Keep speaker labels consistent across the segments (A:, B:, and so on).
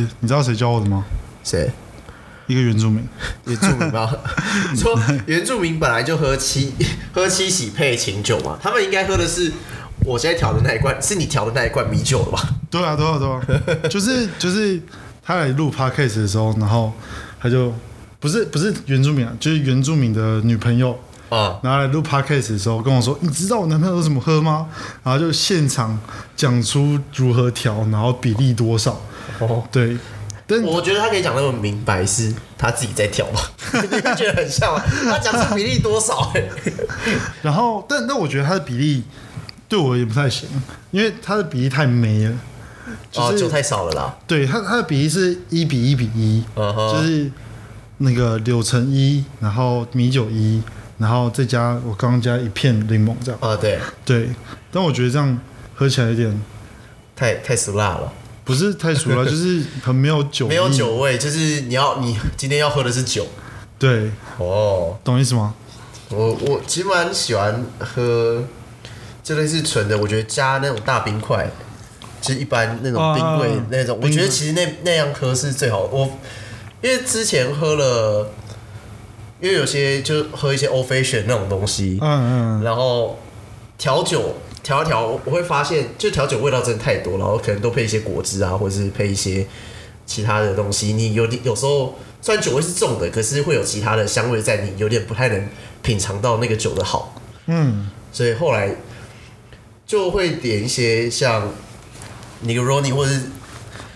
A: 谁？你知道谁教我的吗？
B: 谁？
A: 一个原住民，
B: 原住民吗？你说原住民本来就喝七喝七喜配琴酒嘛，他们应该喝的是我现在调的那一罐，是你调的那一罐米酒了吧？
A: 对啊，对啊，对 啊，就是就是他来录 podcast 的时候，然后他就不是不是原住民啊，就是原住民的女朋友，
B: 啊、
A: 然后来录 podcast 的时候跟我说：“你知道我男朋友怎么喝吗？”然后就现场讲出如何调，然后比例多少。
B: 哦
A: 对，但
B: 我觉得他可以讲那么明白，是他自己在调吧？ 你会觉得很像吗？啊他讲出比例多少、欸？
A: 然后但但我觉得他的比例对我也不太行，因为他的比例太美了。
B: 哦，
A: 是
B: 酒太少了啦。
A: 对他他的比例是一比一比一、
B: 嗯哼
A: 就是那个柳橙一，然后米酒一，然后再加我刚刚加一片柠檬这样。
B: 啊，对，
A: 对，但我觉得这样喝起来有点
B: 太太俗辣了，
A: 不是太熟了，就是很没有酒，
B: 没有。酒味，就是你要你今天要喝的是酒。
A: 对，
B: 哦，
A: 懂意思吗？
B: 我我其实蛮喜欢喝，就类似纯的，我觉得加那种大冰块，就是一般那种冰柜
A: 啊
B: 那种，我
A: 冰
B: 觉得
A: 柜
B: 其实那那样喝是最好。我因为之前喝了，因为有些就喝一些 old fashion 那种东西，
A: 嗯嗯，
B: 然后调酒调一调，我会发现就调酒味道真的太多，然后可能都配一些果汁啊，或者是配一些其他的东西。你有点有时候虽然酒味是重的，可是会有其他的香味在，你有点不太能品尝到那个酒的好。
A: 嗯，
B: 所以后来就会点一些像 Negroni 或者是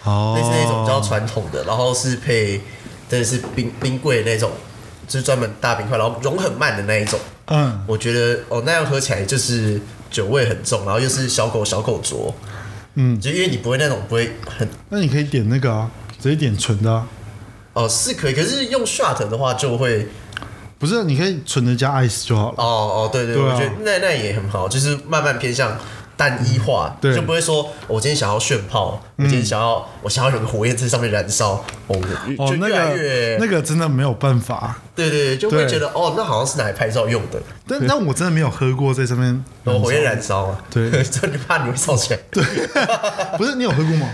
A: 哦，
B: 类似那种比较传统的，然后是配真的是冰冰柜那种，就是专门大冰块，然后融很慢的那一种。
A: 嗯，
B: 我觉得哦，那样喝起来就是酒味很重，然后又是小狗小狗酌，
A: 嗯，
B: 就因为你不会那种不会很
A: 那你可以点那个啊，直接点纯的、啊，
B: 哦是可以，可是用 shot 的话就会
A: 不是？你可以纯的加 ice 就好了。
B: 哦哦对对，
A: 对啊
B: 我觉得那那也很好，就是慢慢偏向单一化，
A: 对嗯
B: 就不会说、哦我今天想要炫炮，我今天想要、我想要有个火焰在上面燃烧，哦
A: 哦
B: 就，
A: 那
B: 越来越、
A: 个那个真的没有办法，
B: 对对对，就会
A: 对
B: 觉得哦那好像是拿来拍照用的，
A: 但但我真的没有喝过在上面。
B: 哦火焰燃烧啊，
A: 嗯对
B: 就你怕你会烧起来，对。
A: 不是你有喝过吗？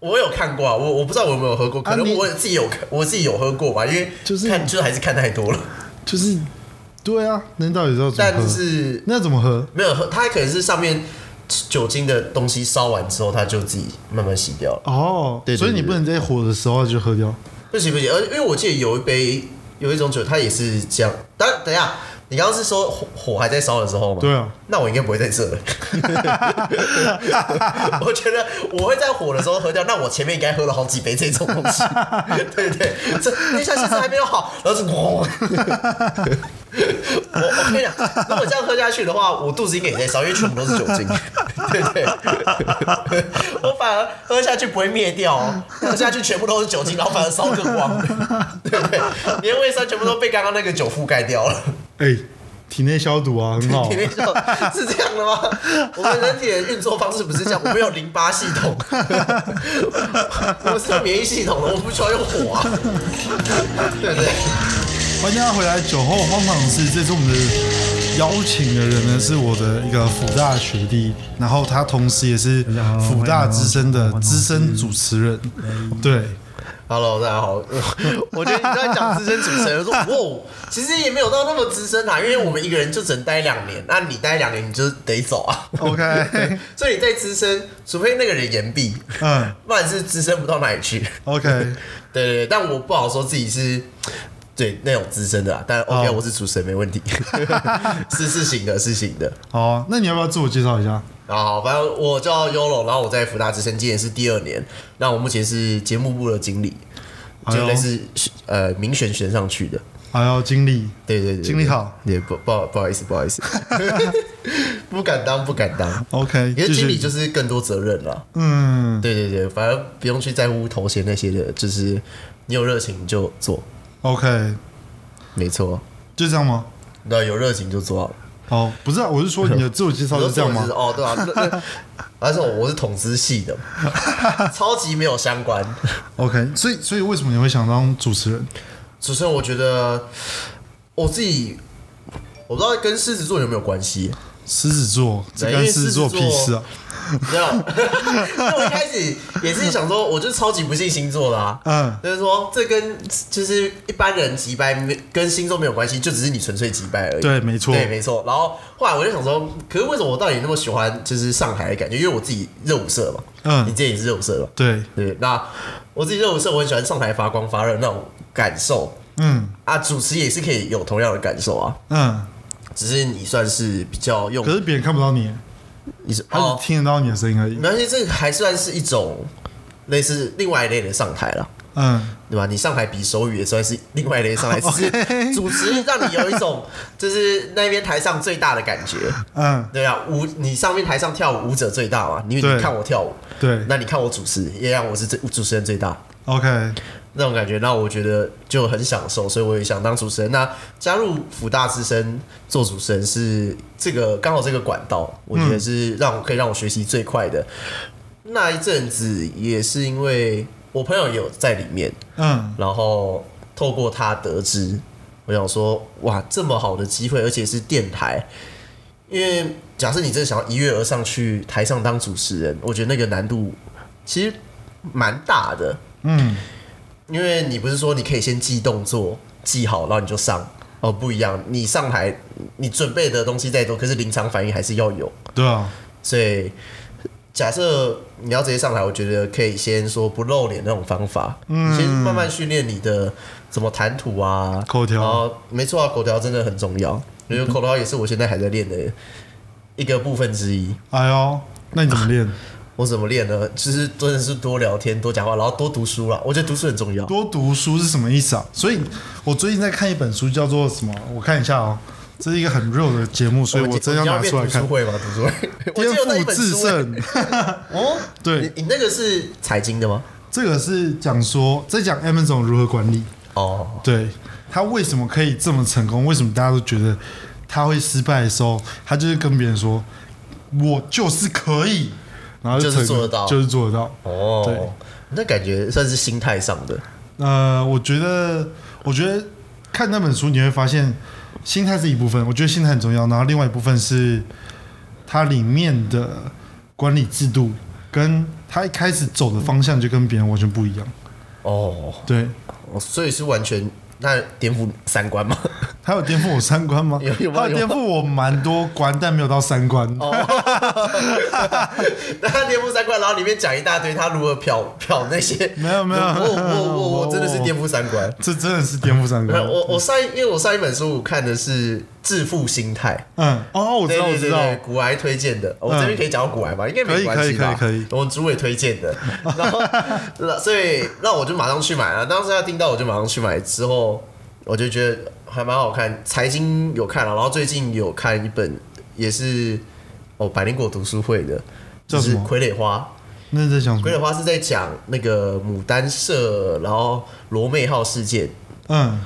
B: 我有看过啊，我我不知道我有没有喝过，
A: 啊
B: 可能
A: 你
B: 我自己有，看，我自己有喝过吧，因为
A: 就是嗯
B: 看就是还是看太多了，
A: 就是，对啊，那你到底知道怎么喝？
B: 但是
A: 那怎么喝？
B: 没有喝，它可能是上面酒精的东西烧完之后，它就自己慢慢洗掉了。
A: 哦，
B: 对对对
A: 所以你不能在火的时候就喝掉。
B: 不行不行，呃而因为我记得有一杯有一种酒，它也是这样。但等一下，你刚刚是说火火还在烧的时候吗？
A: 对啊。
B: 那我应该不会 在这了。我觉得我会在火的时候喝掉，那我前面应该喝了好几杯这种东西。对对对，这那下现在还没有好，然后 是我我我跟你讲，如果这样喝下去的话，我肚子应该也在烧，因为全部都是酒精。对对，我反而喝下去不会灭掉哦，喝下去全部都是酒精，然后反而烧更旺，对不对？连胃酸全部都被刚刚那个酒覆盖掉了。
A: 哎、体内消毒啊， 很好
B: 你。那时候是这样的吗？我们人体的运作方式不是这样，我们有淋巴系统， 我是有免疫系统的，我不需要用火啊，对不对？
A: 欢迎大家回来，酒后荒唐事。这次我们的邀请的人呢，是我的一个辅大学弟，然后他同时也是辅大资深的资深主持人。
B: 哎
A: 对，
B: Hello，大家好。 我觉得你在讲资深主持人，我说哇，其实也没有到那么资深啊，因为我们一个人就只能待两年，那你待两年你就得走啊。
A: 哦 OK
B: 所以你在资深，除非那个人言毕，
A: 嗯
B: 不然是资深不到哪里去。
A: ，OK，
B: 对对对，但我不好说自己是对那种资深的啦，但 OK，、
A: 哦
B: 我是主持人没问题，是是行的，是行的。
A: 好啊、那你要不要自我介绍一下？
B: 然后反正我叫 Yolo，然后我在福大之声今年是第二年，那我目前是节目部的经理，
A: 哎呦
B: 就类似呃民选选上去的。
A: 还要经理，
B: 对对对对，
A: 经理好，
B: 也不不好不好意思，不好意 思，不敢当，不敢当。
A: OK，
B: 因为
A: 继续
B: 经理就是更多责任了，
A: 嗯
B: 对对对，反正不用去在乎头衔那些的，就是你有热情就做，
A: ，OK，
B: 没错，
A: 就这样吗？
B: 那有热情就做好了。
A: 哦，不是啊，我是说你的自我介绍是这样吗
B: 我就？哦，对啊，那 那而且我是统资系 的，超级没有相关。
A: OK，所以所以为什么你会想当主持人？
B: 主持人，我觉得我自己我不知道跟狮子座有没有关系，
A: 狮子座，这
B: 对
A: 跟
B: 因为
A: 狮子座屁事啊！
B: 你知道吗？ 因为我一开始也是想说，我就超级不信星座的啊，
A: 嗯
B: 就是说这跟就是一般人击败没跟星座没有关系，就只是你纯粹击败而已。
A: 对没错
B: 对，没错。然后后来我就想说，可是为什么我到底那么喜欢就是上海的感觉？因为我自己热舞社嘛，
A: 嗯
B: 你之前也是热舞社吧？
A: 对，
B: 对，那我自己热舞社，我很喜欢上台发光发热那种感受
A: 嗯
B: 啊，主持也是可以有同样的感受啊，
A: 嗯，
B: 只是你算是比较用
A: 可，是别人看不到你，
B: 你是
A: 他
B: 哦
A: 只，听得到你的声音而已
B: 没。关系，这个还算是一种类似另外一类的上台了。
A: 嗯，
B: 对吧？你上台比手语也算是另外一类上台，只
A: OK
B: 是主持让你有一种就是那边台上最大的感觉。
A: 嗯，
B: 对啊，舞你上面台上跳舞，舞者最大嘛，因为
A: 对
B: 你看我跳舞，
A: 对
B: 那你看我主持，也让我是最主持人最大。
A: ，OK，
B: 那种感觉，那我觉得就很享受，所以我也想当主持人。那加入福大之声做主持人是这个刚好这个管道，我觉得是让我可以让我学习最快的。那一阵子也是因为我朋友也有在里面，
A: 嗯
B: 然后透过他得知，我想说，哇，这么好的机会，而且是电台，因为假设你真的想要一跃而上去台上当主持人，我觉得那个难度其实蛮大的。
A: 嗯，
B: 因为你不是说你可以先记动作，记好，然后你就上哦，不一样。你上台，你准备的东西再多，可是临场反应还是要有。
A: 对啊，
B: 所以，假设你要直接上台，我觉得可以先说不露脸那种方法，嗯，先慢慢训练你的怎么谈吐啊，
A: 口条
B: 然后没错啊，口条真的很重要，因为口条也是我现在还在练的一个部分之一。
A: 哎呦，那你怎么 练？
B: 我怎么练呢？就是真的是多聊天、多讲话，然后多读书啦。我觉得读书很重要。
A: 多读书是什么意思啊？所以我最近在看一本书，叫做什么？我看一下哦，这是一个很 real 的节目，所以我真要
B: 你
A: 拿
B: 变
A: 出来
B: 读书
A: 看。
B: 会吗？读书 会，我
A: 颠
B: 记得有那一
A: 覆
B: 本
A: 自
B: 书欸
A: 胜，
B: 哦。
A: 对，
B: 你你那个是财经的吗？
A: 这个是讲说在讲 Amazon 如何管理，
B: 哦，
A: 对他为什么可以这么成功？为什么大家都觉得他会失败的时候，他就是跟别人说：“我就是可以。”然后就
B: 就
A: 成
B: 是
A: 功
B: 做得到
A: 就是做得到。对
B: 哦，那感觉算是心态上的。
A: 呃，我觉得，我觉得看那本书你会发现，心态是一部分，我觉得心态很重要。然后另外一部分是它里面的管理制度，跟他一开始走的方向就跟别人完全不一样。
B: 哦，
A: 对，
B: 所以是完全那颠覆三观吗？
A: 他有颠覆我三观吗？
B: 有有吗哦
A: 他有颠覆我蛮多观，但没有到三观。
B: 那他颠覆三观，然后里面讲一大堆他如何漂漂那些，
A: 没有没有
B: 我我我我真的是颠覆三观。
A: 这真的是颠覆三
B: 没
A: 观
B: 有。我我上一因为我上一本书我看的是《致富心态》，
A: 嗯，哦，我知
B: 对
A: 道，我
B: 对
A: 知
B: 对
A: 道
B: 对，，古癌推荐的，哦我、这边可以讲到古癌吧，应该没关系吧？哦
A: 可以可以可以
B: 我主委推荐的， 然后那所以那我就马上去买了，当时他听到我就马上去买，之后我就觉得还蛮好看，财经有看了，然后最近有看一本也是哦百灵果读书会的，
A: 叫
B: 就是
A: 什
B: 《
A: 么嗯
B: 傀儡花》。
A: 那你在讲什
B: 傀儡
A: 么？
B: 花是在讲那个牡丹社，然后罗妹号事件，
A: 嗯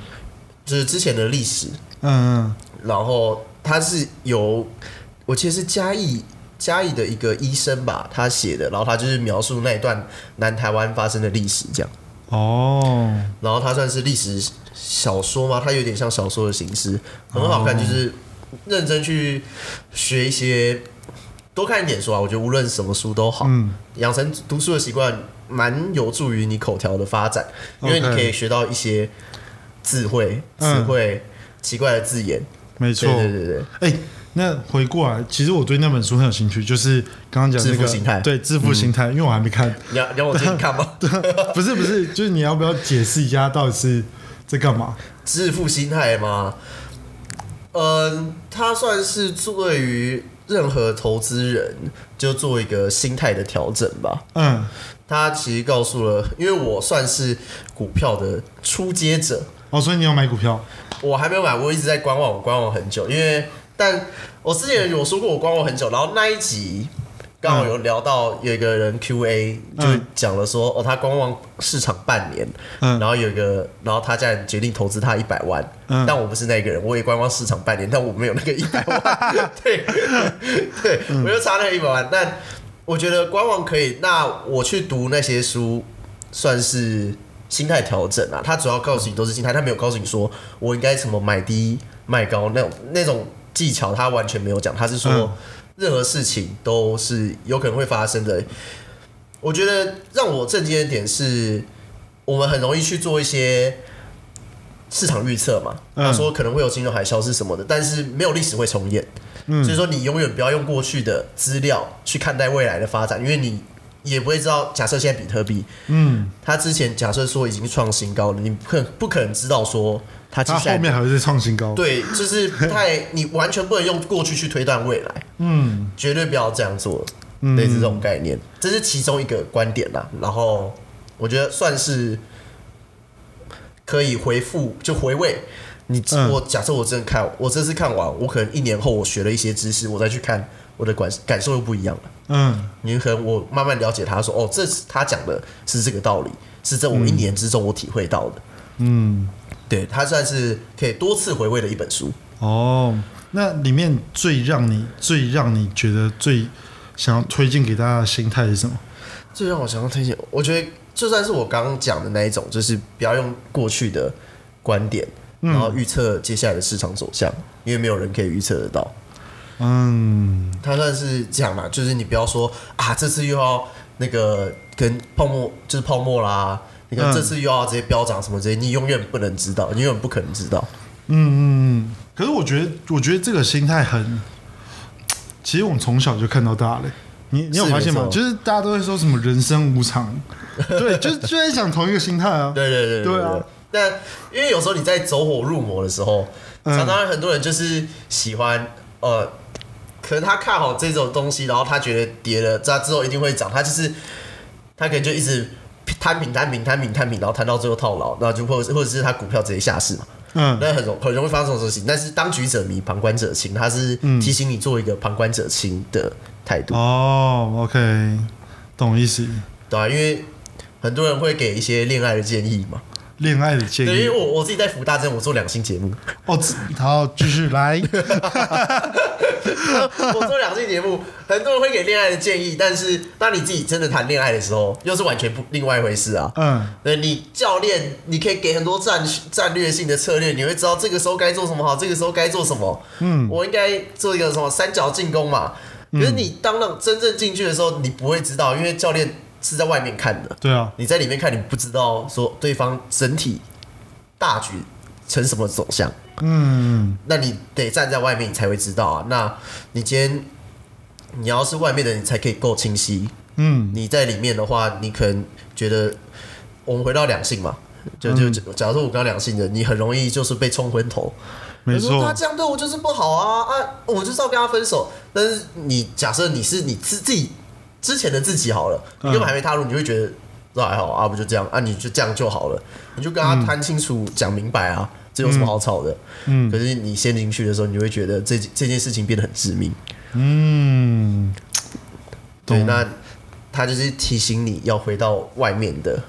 B: 就是之前的历史。
A: 嗯
B: 然后他是由我记得是嘉义嘉义的一个医生吧，他写的，然后他就是描述那一段南台湾发生的历史这样，
A: 嗯，哦，
B: 然后他算是历史小说吗？它有点像小说的形式，很好看，
A: 哦
B: 就是认真去学一些。多看一点书啊，我觉得无论什么书都好，
A: 嗯
B: 养成读书的习惯，蛮有助于你口条的发展，因为你
A: OK
B: 可以学到一些智慧、
A: 嗯
B: 词汇、奇怪的字眼。
A: 没错
B: 对，对对对，
A: 哎、那回过来，其实我对那本书很有兴趣，就是刚刚讲那
B: 致
A: 个
B: 富心态嗯
A: 对致富心态，因为我还没 看。
B: 你要你要我建议看吗？
A: 不是不是，就是你要不要解释一下到底是在干嘛？
B: 致富心态吗？嗯，它算是对于任何投资人就做一个心态的调整吧。
A: 嗯，
B: 它其实告诉了，因为我算是股票的初阶者，
A: 哦，所以你要买股票？
B: 我还没有买，我一直在观望，我观望很久，因为但我之前有说过我观望很久，然后那一集刚好有聊到有一个人 Q&A 就
A: 嗯
B: 讲了说，哦，他观望市场半年，
A: 嗯
B: 然后有一个，然后他家人决定投资他一百万，
A: 嗯
B: 但我不是那个人，我也观望市场半年，但我没有那个一百 万，对 对，
A: 嗯
B: 我就差那一百万，但我觉得观望可以，那我去读那些书算是心态调整啊，他主要告诉你都是心态，他没有告诉你说我应该什么买低卖高那种那种技巧，他完全没有讲，他是说。
A: 嗯
B: 任何事情都是有可能会发生的。我觉得让我震惊的点是，我们很容易去做一些市场预测嘛，
A: 嗯
B: 他说可能会有金融海啸是什么的，但是没有历史会重演，
A: 嗯
B: 所以说你永远不要用过去的资料去看待未来的发展，因为你也不会知道，假设现在比特币，
A: 嗯，
B: 它之前假设说已经创新高了，你不可不可能知道说它接
A: 它
B: 下来
A: 后面还会再创新高。，
B: 对，就是不太，你完全不能用过去去推断未来，
A: 嗯，
B: 绝对不要这样做，
A: 嗯
B: 类似这种概念，这是其中一个观点啦。然后我觉得算是可以回复，就回味。你只
A: 嗯
B: 我假设我真的看，我这次看完，我可能一年后我学了一些知识，我再去看，我的感感受又不一样了。
A: 嗯，
B: 你可能我慢慢了解他说，哦，这是他讲的是这个道理，是这我一年之中我体会到的。
A: 嗯，
B: 对他算是可以多次回味的一本书。
A: 哦，那里面最让你最让你觉得最想要推荐给大家的心态是什么？
B: 最让我想要推荐，我觉得就算是我刚刚讲的那一种，就是不要用过去的观点，然后预测接下来的市场走向，因为没有人可以预测得到。
A: 嗯，
B: 他算是讲嘛，就是你不要说啊，这次又要那个跟泡沫就是泡沫啦，你看
A: 嗯
B: 这次又要直接飙涨什么之类，你永远不能知道，你永远不可能知道。
A: 嗯嗯，嗯，可是我觉得，我觉得这个心态很，其实我们从小就看到大嘞。你你有
B: 是
A: 发现吗
B: 没？错
A: 就是大家都会说什么人生无常， 对，就是就在讲同一个心态啊。
B: 对对对
A: 对啊。
B: 但因为有时候你在走火入魔的时候，
A: 嗯
B: 常常很多人就是喜欢呃，可能他看好这种东西，然后他觉得跌了，他之后一定会涨，他就是他可能就一直摊平摊平摊平摊平，然后摊到最后套牢，然后就或者或者是他股票直接下市嘛，
A: 嗯
B: 那很容很容易发生这种事情。但是当局者迷，旁观者清，他是提醒你做一个旁观者清的态度。
A: 哦，OK，懂意思。
B: 对啊，因为很多人会给一些恋爱的建议嘛。
A: 恋爱的建
B: 对，因为
A: 议
B: 我我自己在福大镇，我做两性节目，
A: 哦，这好，继续 来。
B: 我做两性节目，很多人会给恋爱的建议，但是当你自己真的谈恋爱的时候，又是完全不另外一回事啊。
A: 嗯
B: 对你教练，你可以给很多战战略性的策略，你会知道这个时候该做什么好，这个时候该做什么。
A: 嗯
B: 我应该做一个什么三角进攻嘛？可是你当让真正进去的时候，你不会知道，因为教练是在外面看的，
A: 对啊，
B: 你在里面看，你不知道说对方整体大局成什么走向。
A: 嗯
B: 那你得站在外面，你才会知道啊。那你今天你要是外面的，你才可以够清晰。
A: 嗯
B: 你在里面的话，你可能觉得我们回到两性嘛，就就就假如说我刚两性的，你很容易就是被冲昏头。
A: 没
B: 他说
A: 错
B: 他，这样对我就是不好啊啊！我就是要跟他分手。但是你假设你是你自自己之前的自己好了，
A: 嗯
B: 你根本还没踏入，你会觉得那还好啊，不就这样啊，你就这样就好了，你就跟他谈清楚、讲明白啊，这有什么好吵的？
A: 嗯
B: 可是你陷进去的时候，你就会觉得这这件事情变得很致命。
A: 嗯，
B: 对，
A: 懂
B: 那他就是提醒你要回到外面 的。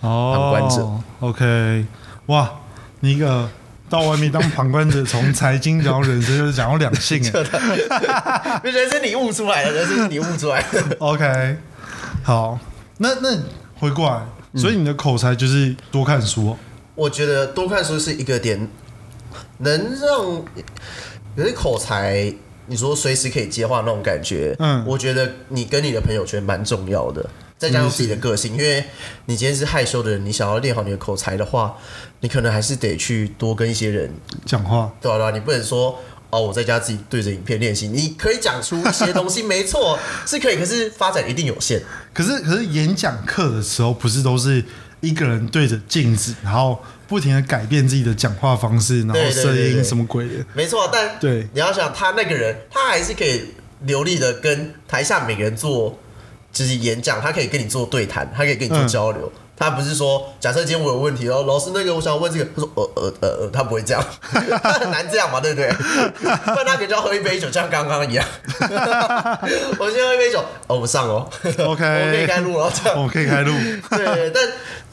A: 哦，
B: 旁观者
A: OK，哇，你一个到外面当旁观者，从财经讲到人生，就是讲到两 性哎。
B: 人生你悟出来了，人生你悟出来了。
A: OK，好，那那回过来，
B: 嗯
A: 所以你的口才就是多看书、哦。
B: 我觉得多看书是一个点，能让可是口才，你说随时可以接话那种感觉，
A: 嗯
B: 我觉得你跟你的朋友圈蛮重要的，再加上自己的个性，因为你今天是害羞的人，你想要练好你的口才的话，你可能还是得去多跟一些人，
A: 讲话，
B: 对吧、对吧、你不能说。哦，我在家自己对着影片练习，你可以讲出一些东西，没错，是可以，可是发展一定有限。
A: 可是可是演讲课的时候，不是都是一个人对着镜子，然后不停的改变自己的讲话方式，然后
B: 对对
A: 声
B: 对
A: 音
B: 对
A: 什么鬼 的？
B: 没错，但
A: 对
B: 你要想他那个人，他还是可以流利的跟台下每个人做，就是演讲，他可以跟你做对谈，他可以跟你做
A: 嗯
B: 交流。他不是说，假设今天我有问题哦，老师那个我想问这个，他说呃呃呃呃，他不会这样， 他很难这样嘛，对 不对？不然他可能就要喝一杯酒，像刚刚一样。 我先喝一杯酒，哦，我们上哦
A: OK
B: 我们可以开录了，这样
A: 我哦们可以开录。
B: 对，但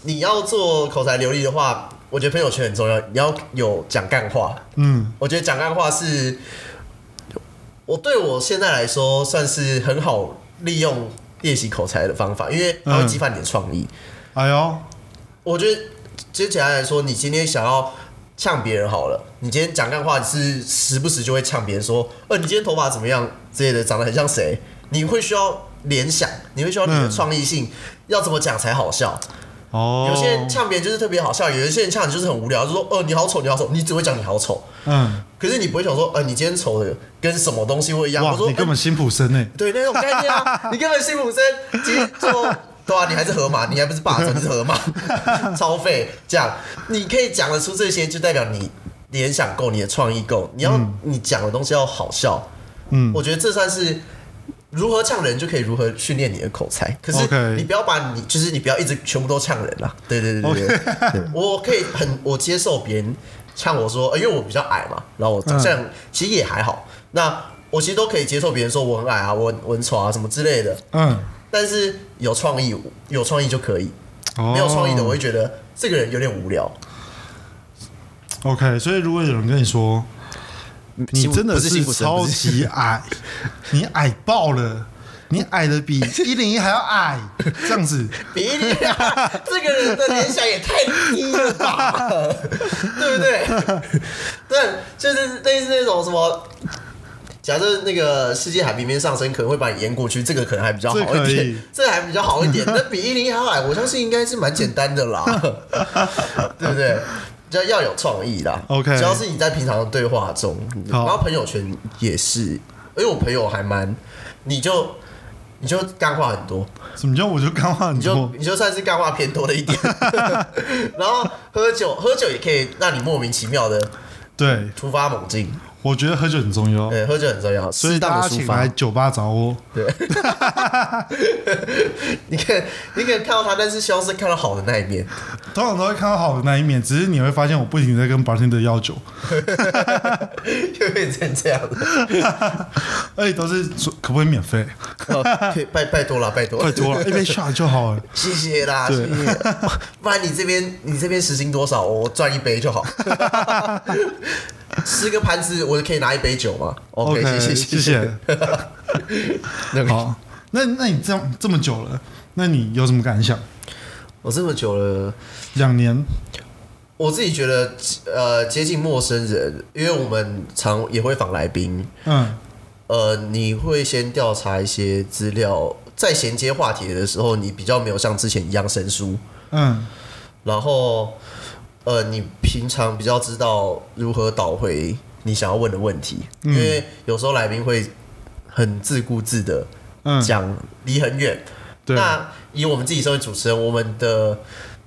B: 你要做口才流利的话，我觉得朋友圈很重要，你要有讲干话。
A: 嗯
B: 我觉得讲干话是，我对我现在来说算是很好利用练习口才的方法，因为它会激发你的创意。
A: 哎呦，
B: 我觉得，其实简单来说，你今天想要呛别人好了，你今天讲干话，你是时不时就会呛别人说，呃，你今天头发怎么样之类的，长得很像谁？你会需要联想，你会需要你的
A: 嗯
B: 创意性，要怎么讲才好笑？
A: 哦，
B: 有些人呛别人就是特别好笑，有一些人呛你就是很无聊，就说哦你好丑，你好丑，你只会讲你好丑，
A: 嗯，
B: 可是你不会想说，呃，你今天丑的跟什么东西会一样？
A: 哇
B: 我说，，
A: 你根
B: 呃
A: 本辛普欸森呢？
B: 对那种概念 啊，你根本辛普森，其实就对啊，你还是河马，你还不是霸总，你 是河马，超废。这样你可以讲得出这些，就代表你联想够，你的创意够，你要、你讲的东西要好笑。
A: 嗯，
B: 我觉得这算是如何呛人就可以如何训练你的口才。可是
A: OK
B: 你不要把你就是你不要一直全部都呛人啦。对对对对对对我可以很我接受别人呛我说、呃因为我比较矮嘛，然后我长相、其实也还好，那我其实都可以接受别人说我很矮啊，我很我很丑啊什么之类的。
A: 嗯，
B: 但是有创意，有创意就可以；
A: 哦
B: 没有创意的，我会觉得这个人有点无聊。
A: OK，所以如果有人跟你说，你
B: 辛普
A: 真的
B: 不是辛普森
A: 超
B: 不是
A: 级矮， 你矮爆了，你矮的比一零一还要矮，这样子，
B: 比你、啊、这个人的联想也太低了吧，对不对？对，就是类似那种什么。假设那个世界海平面上升，可能会把你淹过去，这个可能还比较好
A: 这
B: 一
A: 可以
B: 点，这还比较好一点。那比一零还矮，我相信应该是蛮简单的啦，对不对？要要有创意啦。
A: OK
B: 只要是你在平常的对话中，然
A: 好
B: 后朋友圈也是，因为我朋友还蛮，你就你就干话很多，
A: 什么叫我就刚话很
B: 你就
A: 多？
B: 你就算是干话偏多的 一点，然后喝酒喝酒也可以让你莫名其妙的
A: 对，
B: 突发猛进，
A: 我觉得喝酒很重要，
B: 对，喝酒很重要，
A: 哦所以
B: 适当
A: 大
B: 的
A: 家
B: 抒
A: 请
B: 发
A: 来。酒吧找我。
B: 你可以你可以看到他，但是希望是看到好的那一 面。
A: 通常都会看到好的那一面，只是你会发现我不停地在跟 bartender 要 酒，
B: 就变成 这样的，
A: 而哎且都是说可不可以免费？
B: 哦可以拜拜托啦，拜托，
A: 拜托 了，一杯 shot 就好了。
B: 谢谢啦，谢
A: 哦对
B: 谢。不然你这边你这边时薪多少？我赚一杯 就好。十个盘子，我可以拿一杯酒吗
A: OK，谢
B: 谢谢
A: 谢。
B: 那个
A: 好，那那你这样这么久了，那你有什么感想？
B: 我这么久了。
A: 两年，
B: 我自己觉得，呃，接近陌生人，因为我们常也会访来宾，
A: 嗯，
B: 呃，你会先调查一些资料，在衔接话题的时候，你比较没有像之前一样生疏，
A: 嗯，
B: 然后，呃，你平常比较知道如何导回你想要问的问题，
A: 嗯
B: 因为有时候来宾会很自顾自的
A: 嗯
B: 讲离很远，
A: 对，
B: 那以我们自己身为主持人，我们的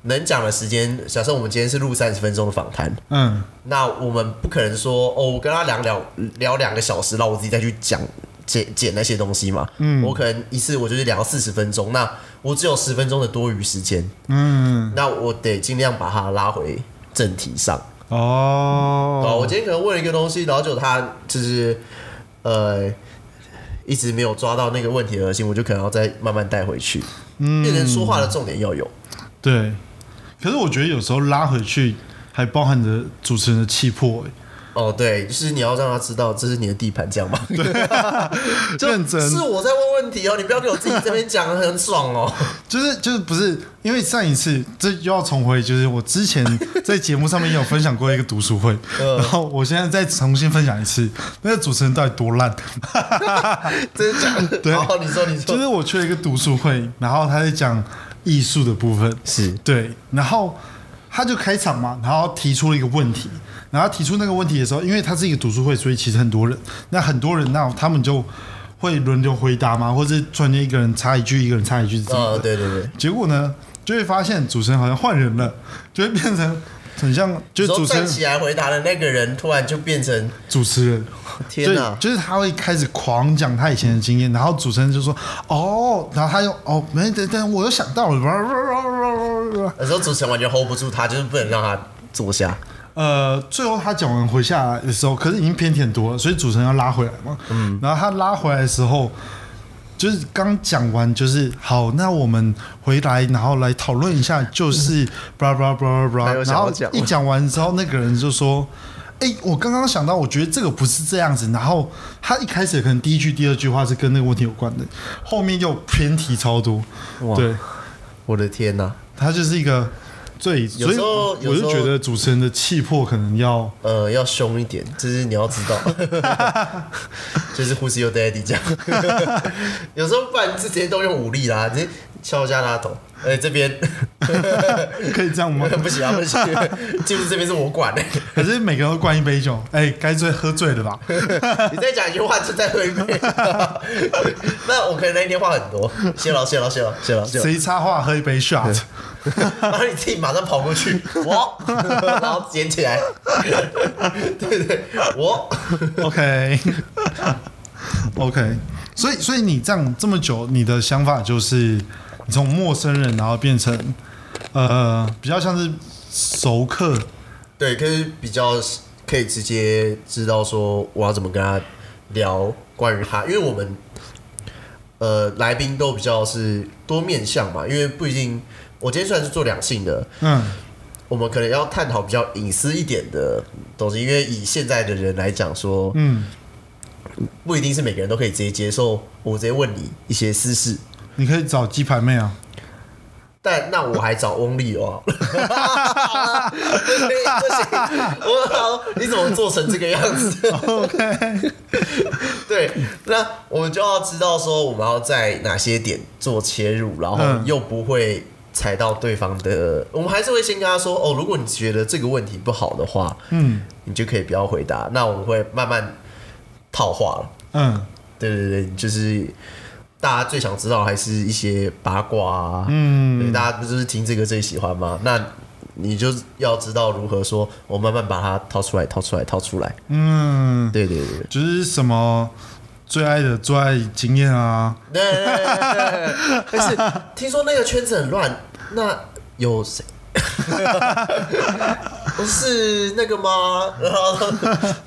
B: 能讲的时间，假设我们今天是录三十分钟的访谈。
A: 嗯，
B: 那我们不可能说哦，我跟他聊聊聊两个小时，然后我自己再去讲剪剪那些东西嘛。嗯，我可能一次我就是聊四十分钟，那我只有十分钟的多余时间，
A: 嗯，
B: 那我得尽量把它拉回正题上。哦，我
A: 哦，
B: 今天可能问了一个东西，然后就他就是呃一直没有抓到那个问题的核心，我就可能要再慢慢带回去。嗯，变成说话的重点要有。
A: 对。可是我觉得有时候拉回去还包含着主持人的气魄、欸，
B: 哦，对，就是你要让他知道这是你的地盘，这样 吗？就
A: 认真
B: 是我在问问题哦，你不要给我自己这边讲得很爽 哦。
A: 就是就是不是因为上一次这又要重回，就是我之前 在节目上面有分享过一个读书会，
B: 嗯
A: 然后我现在再重新分享一次，那个主持人到底多烂？
B: 真的假的？
A: 对
B: 好，你说你
A: 就
B: 说，
A: 是我去了一个读书会，然后他在讲艺术的部分，
B: 是
A: 对，然后他就开场嘛，然后提出了一个问题，然后提出那个问题的时候，因为他是一个读书会，所以其实很多人，那很多人那他们就会轮流回答嘛，或者是中间一个人插一句，一个人插一句这样
B: 呃，
A: 的。
B: 对对对，
A: 结果呢，就会发现主持人好像换人了，就会变成很像，就是
B: 说
A: 主持
B: 站
A: 人
B: 起来回答的那个人突然就变成
A: 主持人，
B: 天哪、
A: 对就是他会开始狂讲他以前的经验，然后主持人就说哦，然后他又哦，没等等，我又想到了，
B: 有时呃候主持人完全 hold 不住他，就是不能让他坐下。
A: 呃，最后他讲完回下来的时候，可是已经偏挺多了，所以主持人要拉回来嘛。嗯，然后他拉回来的时候，就是刚讲完，就是好，那我们回来，然后来讨论一下，就是 巴拉巴拉巴拉巴
B: 还
A: 拉。
B: 有想
A: 然
B: 要
A: 后
B: 讲吗
A: 一讲完之后，那个人就说：“哎、我刚刚想到，我觉得这个不是这样子。”然后他一开始可能第一句、第二句话是跟那个问题有关的，后面又偏题超多。对，
B: 我的天哪、
A: 他就是一个对，所以
B: 有时候
A: 我就觉得主持人的气魄可能要
B: 呃，要凶一点，就是你要知道， 就是呼吸又 daddy 这样。 有时候不然就直接都用武力啦，直接敲一下拉桶。哎、这边
A: 可以这样吗？
B: 不行啊，不行， 技术这边是我管的、
A: 可是每个人都灌一杯酒，哎，该醉喝醉了吧？
B: 你再讲一句话就再喝一杯。那我可能那一天话很多，谢了，谢了，谢了，谢了，谢了。
A: 谁插话喝一杯 shot？
B: 然后你自己马上跑过去，我，然后捡起来，对对，我
A: OK OK，所以所以你这样这么久，你的想法就是你从陌生人，然后变成呃比较像是熟客，
B: 对，可是比较可以直接知道说我要怎么跟他聊关于他，因为我们呃来宾都比较是多面向嘛，因为不一定我今天虽然是做两性的，
A: 嗯，
B: 我们可能要探讨比较隐私一点的东西，因为以现在的人来讲说，
A: 嗯，
B: 不一定是每个人都可以直接接受我直接问你一些私事。
A: 你可以找鸡排妹啊，
B: 但那我还找翁立哦，不行不行，我好，你怎么做成这个样子对，那我们就要知道说我们要在哪些点做切入，然后
A: 嗯
B: 又不会踩到对方的，我们还是会先跟他说哦，如果你觉得这个问题不好的话，
A: 嗯
B: 你就可以不要回答，那我们会慢慢套话了。
A: 嗯
B: 对对对，就是大家最想知道还是一些八卦啊，
A: 嗯
B: 对，大家不就是听这个最喜欢吗？那你就要知道如何说，我慢慢把它掏出来，掏出来，掏出来。
A: 嗯，
B: 对对对，
A: 就是什么最爱的最爱经验啊，
B: 对对对对对。但是听说那个圈子很乱，那有 谁？不是那个吗？然后，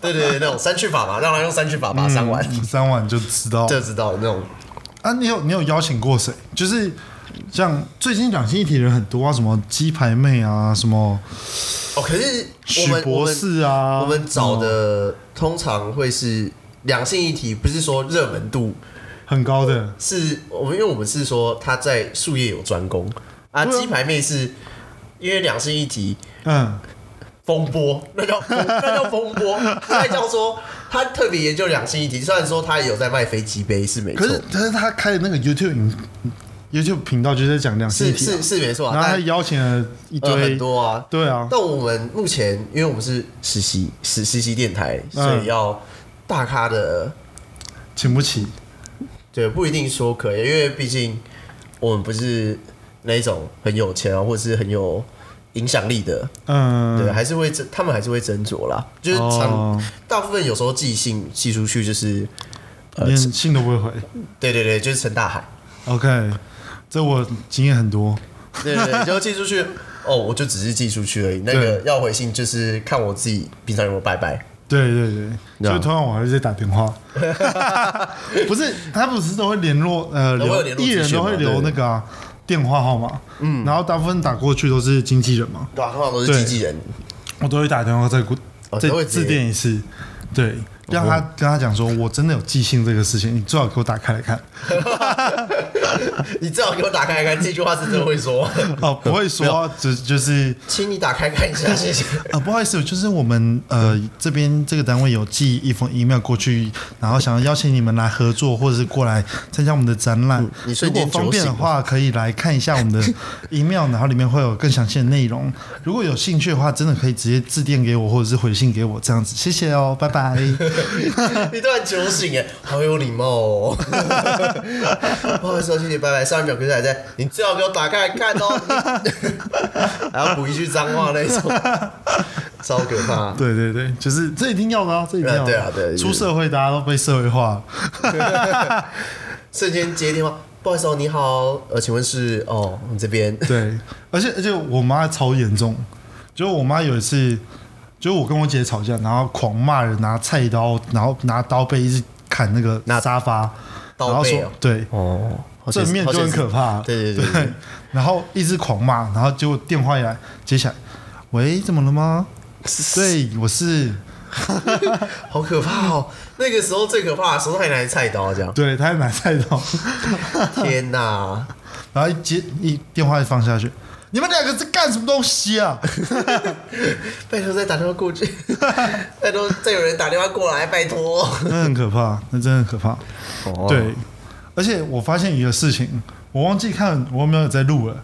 B: 对对对，那种删去法嘛，让他用删去法把它删完，
A: 嗯三碗就知道
B: 就知道那种
A: 啊。你有你有邀请过谁？就是像最近两性议题人很多啊，什么鸡排妹啊，什么
B: 哦。可是我
A: 许
B: 们我
A: 博
B: 们
A: 士啊，
B: 我们找
A: 什么
B: 的通常会是两性议题，不是说热门度，
A: 很高的，
B: 是我们因为我们是说他在术业有专攻啊。
A: 对啊
B: 鸡排妹是因为两性议题
A: 嗯
B: 风波，那 叫风那叫风波，那叫说他特别研究两性议题。虽然说他也有在卖飞机杯是没
A: 可
B: 错，
A: 是可是他开的那个 YouTube 影 YouTube 频道就是在讲两性议
B: 是
A: 题、
B: 是是没错
A: 然后
B: 啊，
A: 他
B: 但
A: 邀请了一堆、
B: 呃很多啊，
A: 对啊，
B: 但我们目前，因为我们是实习实实习电台，所以
A: 嗯
B: 要大咖的
A: 请不起，
B: 对，不一定说可以，因为毕竟我们不是那种很有钱啊，或者是很有影响力的，
A: 嗯，
B: 对，啊还是会斟他们还是会斟酌啦。就是常、
A: 哦，
B: 大部分有时候寄信寄出去就是，呃，
A: 连
B: 陈
A: 信都不会回。
B: 对对对，就是陈大海，
A: OK，这我经验很多。
B: 对对对，就寄出去。 哦，我就只是寄出去而已。那个要回信，就是看我自己平常有没有拜拜。
A: 对对对，
B: 对啊
A: 所以通常我还是在打电 话，不是他不是都会联络呃，
B: 都会
A: 留
B: 有联络
A: 艺人
B: 资讯
A: 都
B: 嘛
A: 会留
B: 对
A: 那个啊、电话号码，嗯，然后大部分打过去都是经纪人嘛，
B: 对啊，通常都是
A: 对
B: 经纪人。
A: 我都会打电话再过
B: 哦
A: 再
B: 都会直接
A: 致电一次，对，让他
B: 哦
A: 跟他讲说，我真的有寄信这个事情，你最好给我打开来看。
B: 你最好给我打开看，这句话是真的会说，
A: 哦，不会说，只就是
B: 请你打开看一下，谢谢。
A: 啊，不好意思，就是我们呃这边这个单位有寄一封 email 过去，然后想要邀请你们来合作，或者是过来参加我们的展览。
B: 嗯你
A: 如
B: 瞬
A: 果
B: 间
A: 方便
B: 酒
A: 的
B: 醒
A: 话，可以来看一下我们的 email，然后里面会有更详细的内容。如果有兴趣的话，真的可以直接致电给我，或者是回信给我，这样子。谢谢 哦，拜拜。
B: 你突然酒醒哎，好有礼貌哦！ 不好意思哦，谢谢，拜拜。上一秒可是还在，你最好给我打开来看哦， 你还要补一句脏话那一种， 超可怕。
A: 对对对，就是这一定要的啊，这一定要的。
B: 对啊对啊对啊
A: 出社会大家都被社会化，
B: 瞬间接电话，不好意思哦，你好，呃，请问是哦，你这边
A: 对，而且而且我妈超严重，就我妈有一次，就我跟我姐吵架，然后狂骂人，拿菜刀，然后拿刀背一直砍那个
B: 拿
A: 沙发，然
B: 刀
A: 后
B: 背
A: 说
B: 哦，
A: 对，
B: 哦，好险
A: 正
B: 是
A: 面就很可。怕，
B: 好险是对对对对对
A: 然后一直狂骂，然后结果电话一来，接起来，喂，怎么了吗？对，我是，
B: 好可怕哦！那个时候最可怕的时候还拿菜刀这样，
A: 对，他还拿菜刀，
B: 天哪！
A: 然后一接一电话一放下去，你们两个在干什么东西啊？
B: 拜托再打电话过去， 拜托再有人打电话过来，拜托。
A: 那很可怕，那真的很可怕。
C: 哦
A: 对，而且我发现一个事情，我忘记看我有没有在录了。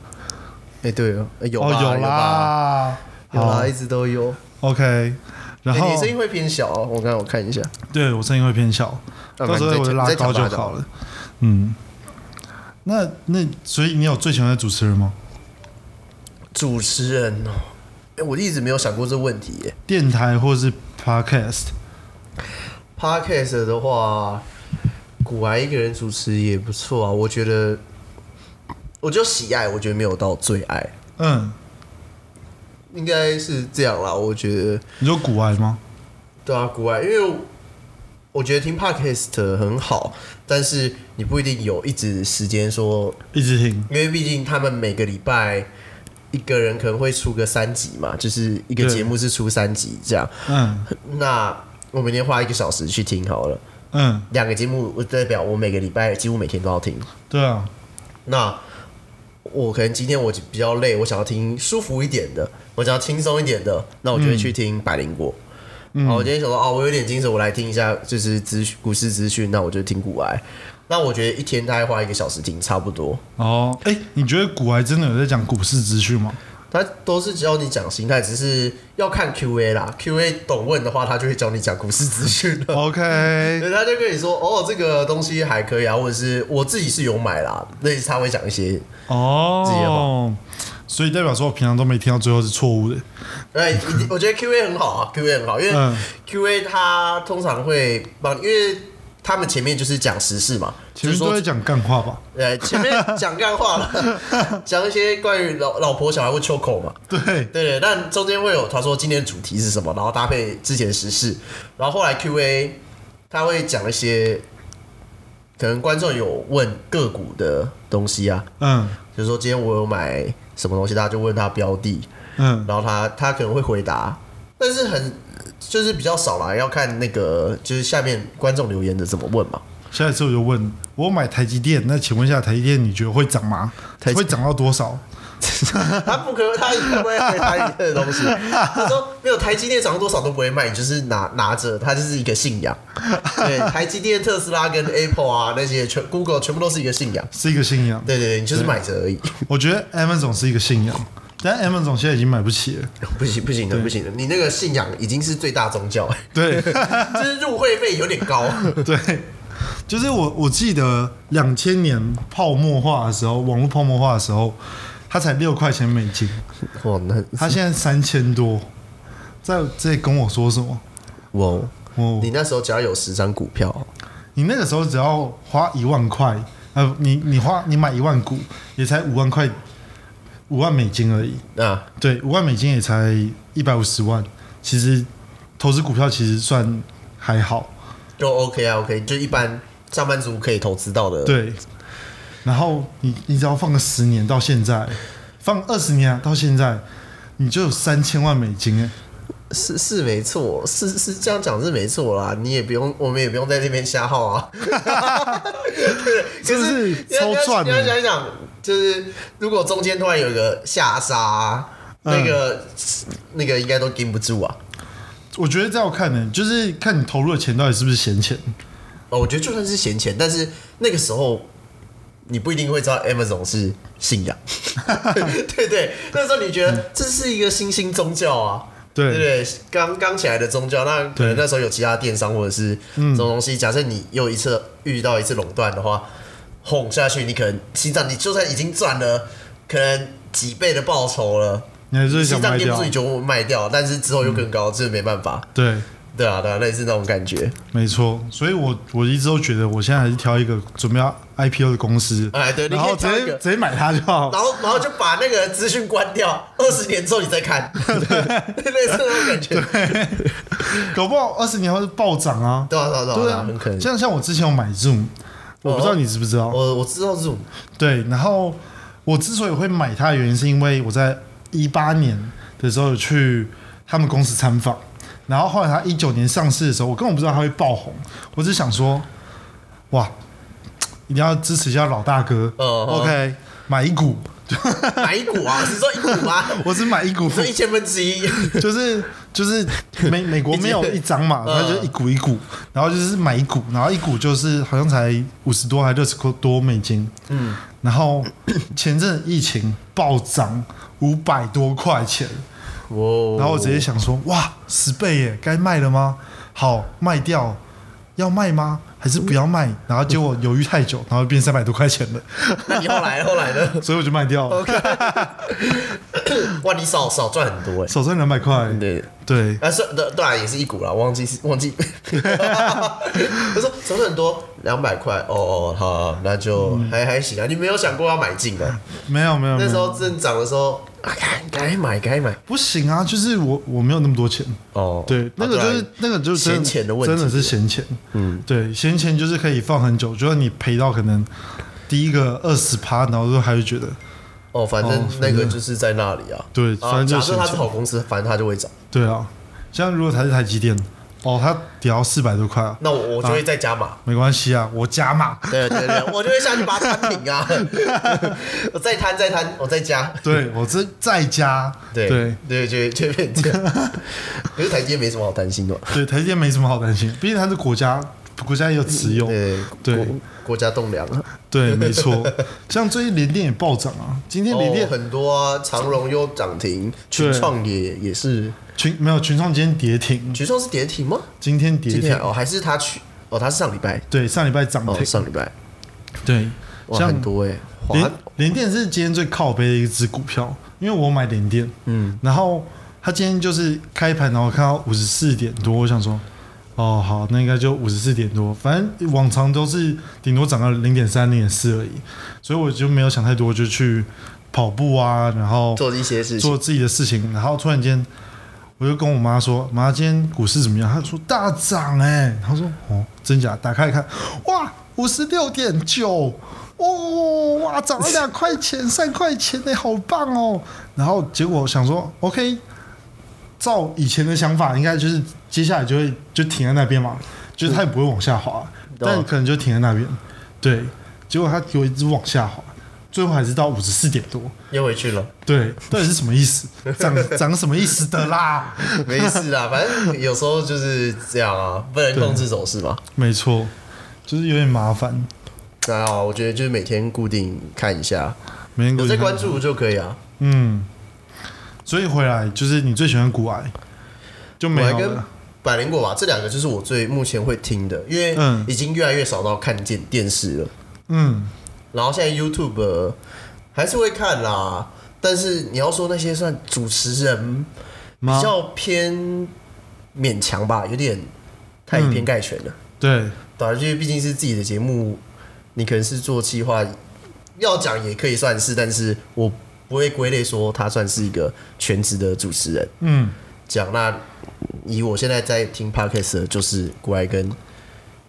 B: 哎，对哦，哎有
A: 哦，
B: 吧
A: 有
B: 吧，
A: 啦，
B: 有
A: 好
B: 啦，一直都有。
A: ，OK。然
B: 哎
A: 后
B: 你声音会偏小哦，我刚才我看一下。
A: 对我声音会偏小，
B: 那
A: 到时候
B: 你再
A: 我就
B: 讲
A: 拉
B: 再讲
A: 高就
B: 吧
A: 好了。嗯，那那所以你有最喜欢的主持人吗？
B: 主持人哦，哎我一直没有想过这问题耶。
A: 电台或是 Podcast？
B: Podcast 的话，古玩一个人主持也不错啊。我觉得，我就喜爱，我觉得没有到最爱，
A: 嗯，
B: 应该是这样啦。我觉得，
A: 你说古玩吗？
B: 对啊，古玩，因为我觉得听 Podcast 很好，但是你不一定有一直时间说，
A: 一直听，
B: 因为毕竟他们每个礼拜。一个人可能会出个三集嘛，就是一个
A: 对
B: 节目是出三集这样。
A: 嗯
B: 那我每天花一个小时去听好了，
A: 嗯，
B: 两个节目，我代表我每个礼拜几乎每天都要听。
A: 对啊，
B: 那我可能今天我比较累，我想要听舒服一点的，我想要轻松一点的，那我就会去听百灵果。然后我今天想说，哦，我有点精神，我来听一下就是资讯股市资讯，那我就听股癌。那我觉得一天大概花一个小时听差不多，
A: 哦，哎，你觉得古玩真的有在讲股市资讯吗？
B: 他都是教你讲心态，只是要看 Q&A 啦。Q&A 懂问的话，他就会教你讲股市资讯 了。
A: OK，
B: 对，他就跟你说，哦，这个东西还可以啊，或者是我自己是有买啦，那他会讲一些，己的
A: 哦，所以代表说我平常都没听到最后是错误的。
B: 哎，一定我觉得 Q&A 很好啊，Q&A 很好，因为
A: 嗯
B: Q&A 它通常会帮，因为他们前面就是讲时事嘛，
A: 其
B: 就
A: 实
B: 是
A: 都
B: 说
A: 在，讲干话吧？
B: 呃，前面讲干话 了，讲一些关于老老婆小孩会秋口嘛，
A: 对，
B: 对对，但中间会有他说今天的主题是什么，然后搭配之前的时事，然后后来 Q&A 他会讲一些可能观众有问个股的东西啊，
A: 嗯
B: 就是说今天我有买什么东西，大家就问他标的，
A: 嗯，
B: 然后他他可能会回答，但是很就是比较少啦，要看那个就是下面观众留言的怎么 问嘛。
A: 下一次我就问，我买台积电，那请问一下，台积电你觉得会涨吗？
B: 台积
A: 会涨到多少？
B: 他不可他不会回答你的东西，他说没有台积电涨到多少都不会卖，你就是拿拿着，它就是一个信仰。 对，台积电、特斯拉跟 Apple 啊那些全 Google 全部都是一个信仰。
A: 是一个信仰。
B: 对对对，你就是买着而已。
A: 我觉得 M 总是一个信仰，但 M 总现在已经买不起了。
B: 不行不行的不行的，你那个信仰已经是最大宗 教，
A: 对
B: 就是入会费有点高。
A: 对，就是我我记得两千年泡沫化的时候，网络泡沫化的时候，它才六块钱美金，
B: 哇，那
A: 它现在三千多，在这跟我说什么？
B: 哇，
A: 哦，
B: 你那时候只要有十张股票，
A: 你那个时候只要花一万块，呃，你你花你买一万股也才五万块，五万美金而已。
B: 那
A: 对，五万美金也才一百五十万，其实投资股票其实算还好。
B: 就 OK 啊，OK，就一般上班族可以投资到的。，
A: 对，然后你你只要放个十年到现在，放二十年啊到现在，你就有三千万美金哎。
B: 是是没错，是是这样讲是没错啦。你也不用，我们也不用在这边瞎耗啊。 对，
A: 真
B: 就
A: 的是
B: 你要
A: 超赚欸
B: 你要
A: 的
B: 想一想，就是如果中间突然有一个下杀啊、那个、
A: 嗯
B: 那个应该都盯不住啊。
A: 我觉得这要看呢、就是看你投入的钱到底是不是闲钱。
B: 哦，我觉得就算是闲钱，但是那个时候你不一定会知道 Amazon 是信仰， 对对，那时候你觉
A: 嗯
B: 得这是一个新兴宗教啊。
A: 对
B: 对对，刚刚起来的宗教，那可能那时候有其他电商或者是
A: 嗯
B: 这种东西。假设你又一次遇到一次垄断的话，轰下去，你可能心脏你就算已经赚了可能几倍的报酬了，
A: 你还是会想
B: 心脏
A: 卖
B: 憋不
A: 掉啊
B: 住你就卖掉，但是之后又更高，这没办法。
A: 对，
B: 对啊，对啊，类似那种 感觉。
A: 没错。所以我我一直都觉得，我现在还是挑一个准备要 IPO 的公司，
B: 哎对你
A: 然后
B: 可以
A: 直
B: 挑一
A: 接
B: 个
A: 直接买它就好。
B: 然后然后就把那个资讯关掉， 二十年之后你再 看， 类似那种感觉。
A: 搞不好二十年后是暴涨啊。
B: 对啊对啊对啊
A: 对
B: 对
A: 啊
B: 啊，很可能。哦
A: 像像我之前有买 Zoom，我不知道你知不知道。
B: 我我知道这种，
A: 对，然后我之所以会买它的原因，是因为我在一八年的时候有去他们公司参访，然后后来它一九年上市的时候，我根本不知道它会爆红，我只想说，哇，一定要支持一下老大哥、
B: 嗯
A: o k 买一股，
B: 哪一 股啊？你说一股吗？
A: 我只买一股
B: 你，说一千分之一，
A: 就是就是美美国没有一张嘛，
B: 嗯
A: 它就一股一股，然后就是买一股，然后一股就是好像才五十多还六十多美金，嗯，然后前阵疫情暴涨五百多块钱，
B: 哇！
A: 然后我直接想
B: 哦
A: 说，哇，十倍耶，该卖了吗？好，卖掉，要卖吗？还是不要卖？然后结果犹豫太久，然后变三百多块钱了，
B: 那你后来后来呢？
A: 所以我就卖掉了，
B: 哇，你少少赚很多哎、
A: 少赚两百块，
B: 对，
A: 对，
B: 啊是对对啊，也是一股啦，忘记是忘记。 我说少赚很多，两百块，哦哦，好好，那就
A: 嗯
B: 还还行啊。你没有想过要买进啊？
A: 没有没有，
B: 那时
A: 没
B: 候
A: 有
B: 正涨的时候，啊该该买该买
A: 不行啊，就是我我没有那么多钱。
B: 哦。
A: 对，那个
B: 啊
A: 就是、
B: 啊
A: 那个就是真
B: 闲钱的问题
A: 真的是闲钱。嗯，对，闲钱就是可以放很久，就算你赔到可能第一个二十趴，然后就还是觉得
B: 哦，反
A: 哦
B: 正
A: 反
B: 那个
A: 正
B: 就是在那里啊。
A: 对
B: 啊
A: 反正就
B: 假
A: 是
B: 设它
A: 闲
B: 是
A: 钱
B: 好公司，反正它就会涨。
A: 对啊。像如果它是台积电，哦，它跌到四百多块啊，
B: 那我我就会再加码。
A: 没关系啊，我加码。
B: 对对对，我就会下去把它摊平 啊！我再摊再摊，我再加，
A: 对我 这再加，
B: 对
A: 对
B: 对，就就会变这样。可是台积电没什么好担心的嘛，
A: 对，台积电没什么好担心，毕竟它是国家国家也有持有。
B: 嗯对
A: 对
B: 国国家栋梁，啊
A: 对，没错。像最近联电也暴涨啊，今天联
B: 哦
A: 电
B: 很多啊，长荣又涨停，群创也也是，
A: 群没有群创今天跌停，
B: 群创是跌停吗？
A: 今天跌
B: 今
A: 停
B: 天，哦还是它去哦，它是上礼拜
A: 对，上礼拜涨
B: 哦，
A: 停，
B: 上礼拜
A: 对，
B: 哇
A: 像
B: 很多哎，华
A: 联联电是今天最靠背的一只股票，因为我买联电，嗯，然后它今天就是开盘，然后看到五十四点多，我想说，哦，好，那应该就五十四点多，反正往常都是顶多涨到零点三、零点四而已，所以我就没有想太多，就去跑步啊，然后
B: 做一些事情
A: 做自己的事情，然后突然间。我就跟我妈说：“妈，今天股市怎么样？”她说：“大涨哎、欸。”她说：“哦，真假？”打开一看，哇，五十六点九，哦，哇，涨了两块钱、三块钱呢、好棒哦。然后结果想说，OK，照以前的想法，应该就是接下来就会就停在那边嘛，就是它也不会往下滑，
B: 嗯
A: 但可能就停在那边。对，结果它给我一直往下滑，最后还是到五十四点多。
B: 又回去了，
A: 对，到底是什么意思？涨 涨什么意思的啦？
B: 没事啦，反正有时候就是这样啊，不能控制走势嘛。
A: 没错，就是有点麻烦。
B: 那好，我觉得就是每天固定看一下，
A: 每天
B: 有
A: 过去
B: 在
A: 看
B: 关，注就可以啊。
A: 嗯。所以回来就是你最喜欢古癌，就
B: 我
A: 没
B: 还
A: 有啊
B: 跟
A: 了。
B: 百灵果吧，这两个就是我最目前会听的，因为
A: 嗯
B: 已经越来越少到看见电视了。
A: 嗯，
B: 然后现在 YouTube 呃还是会看啦，但是你要说那些算主持人比
A: 妈
B: 较偏勉强吧，有点太以偏
A: 嗯
B: 概全了。
A: 对
B: 对啊，因为毕竟是自己的节目，你可能是做企划，要讲也可以算是，但是我不会归类说他算是一个全职的主持人。
A: 嗯，
B: 讲那以我现在在听 podcast 的就是古埃跟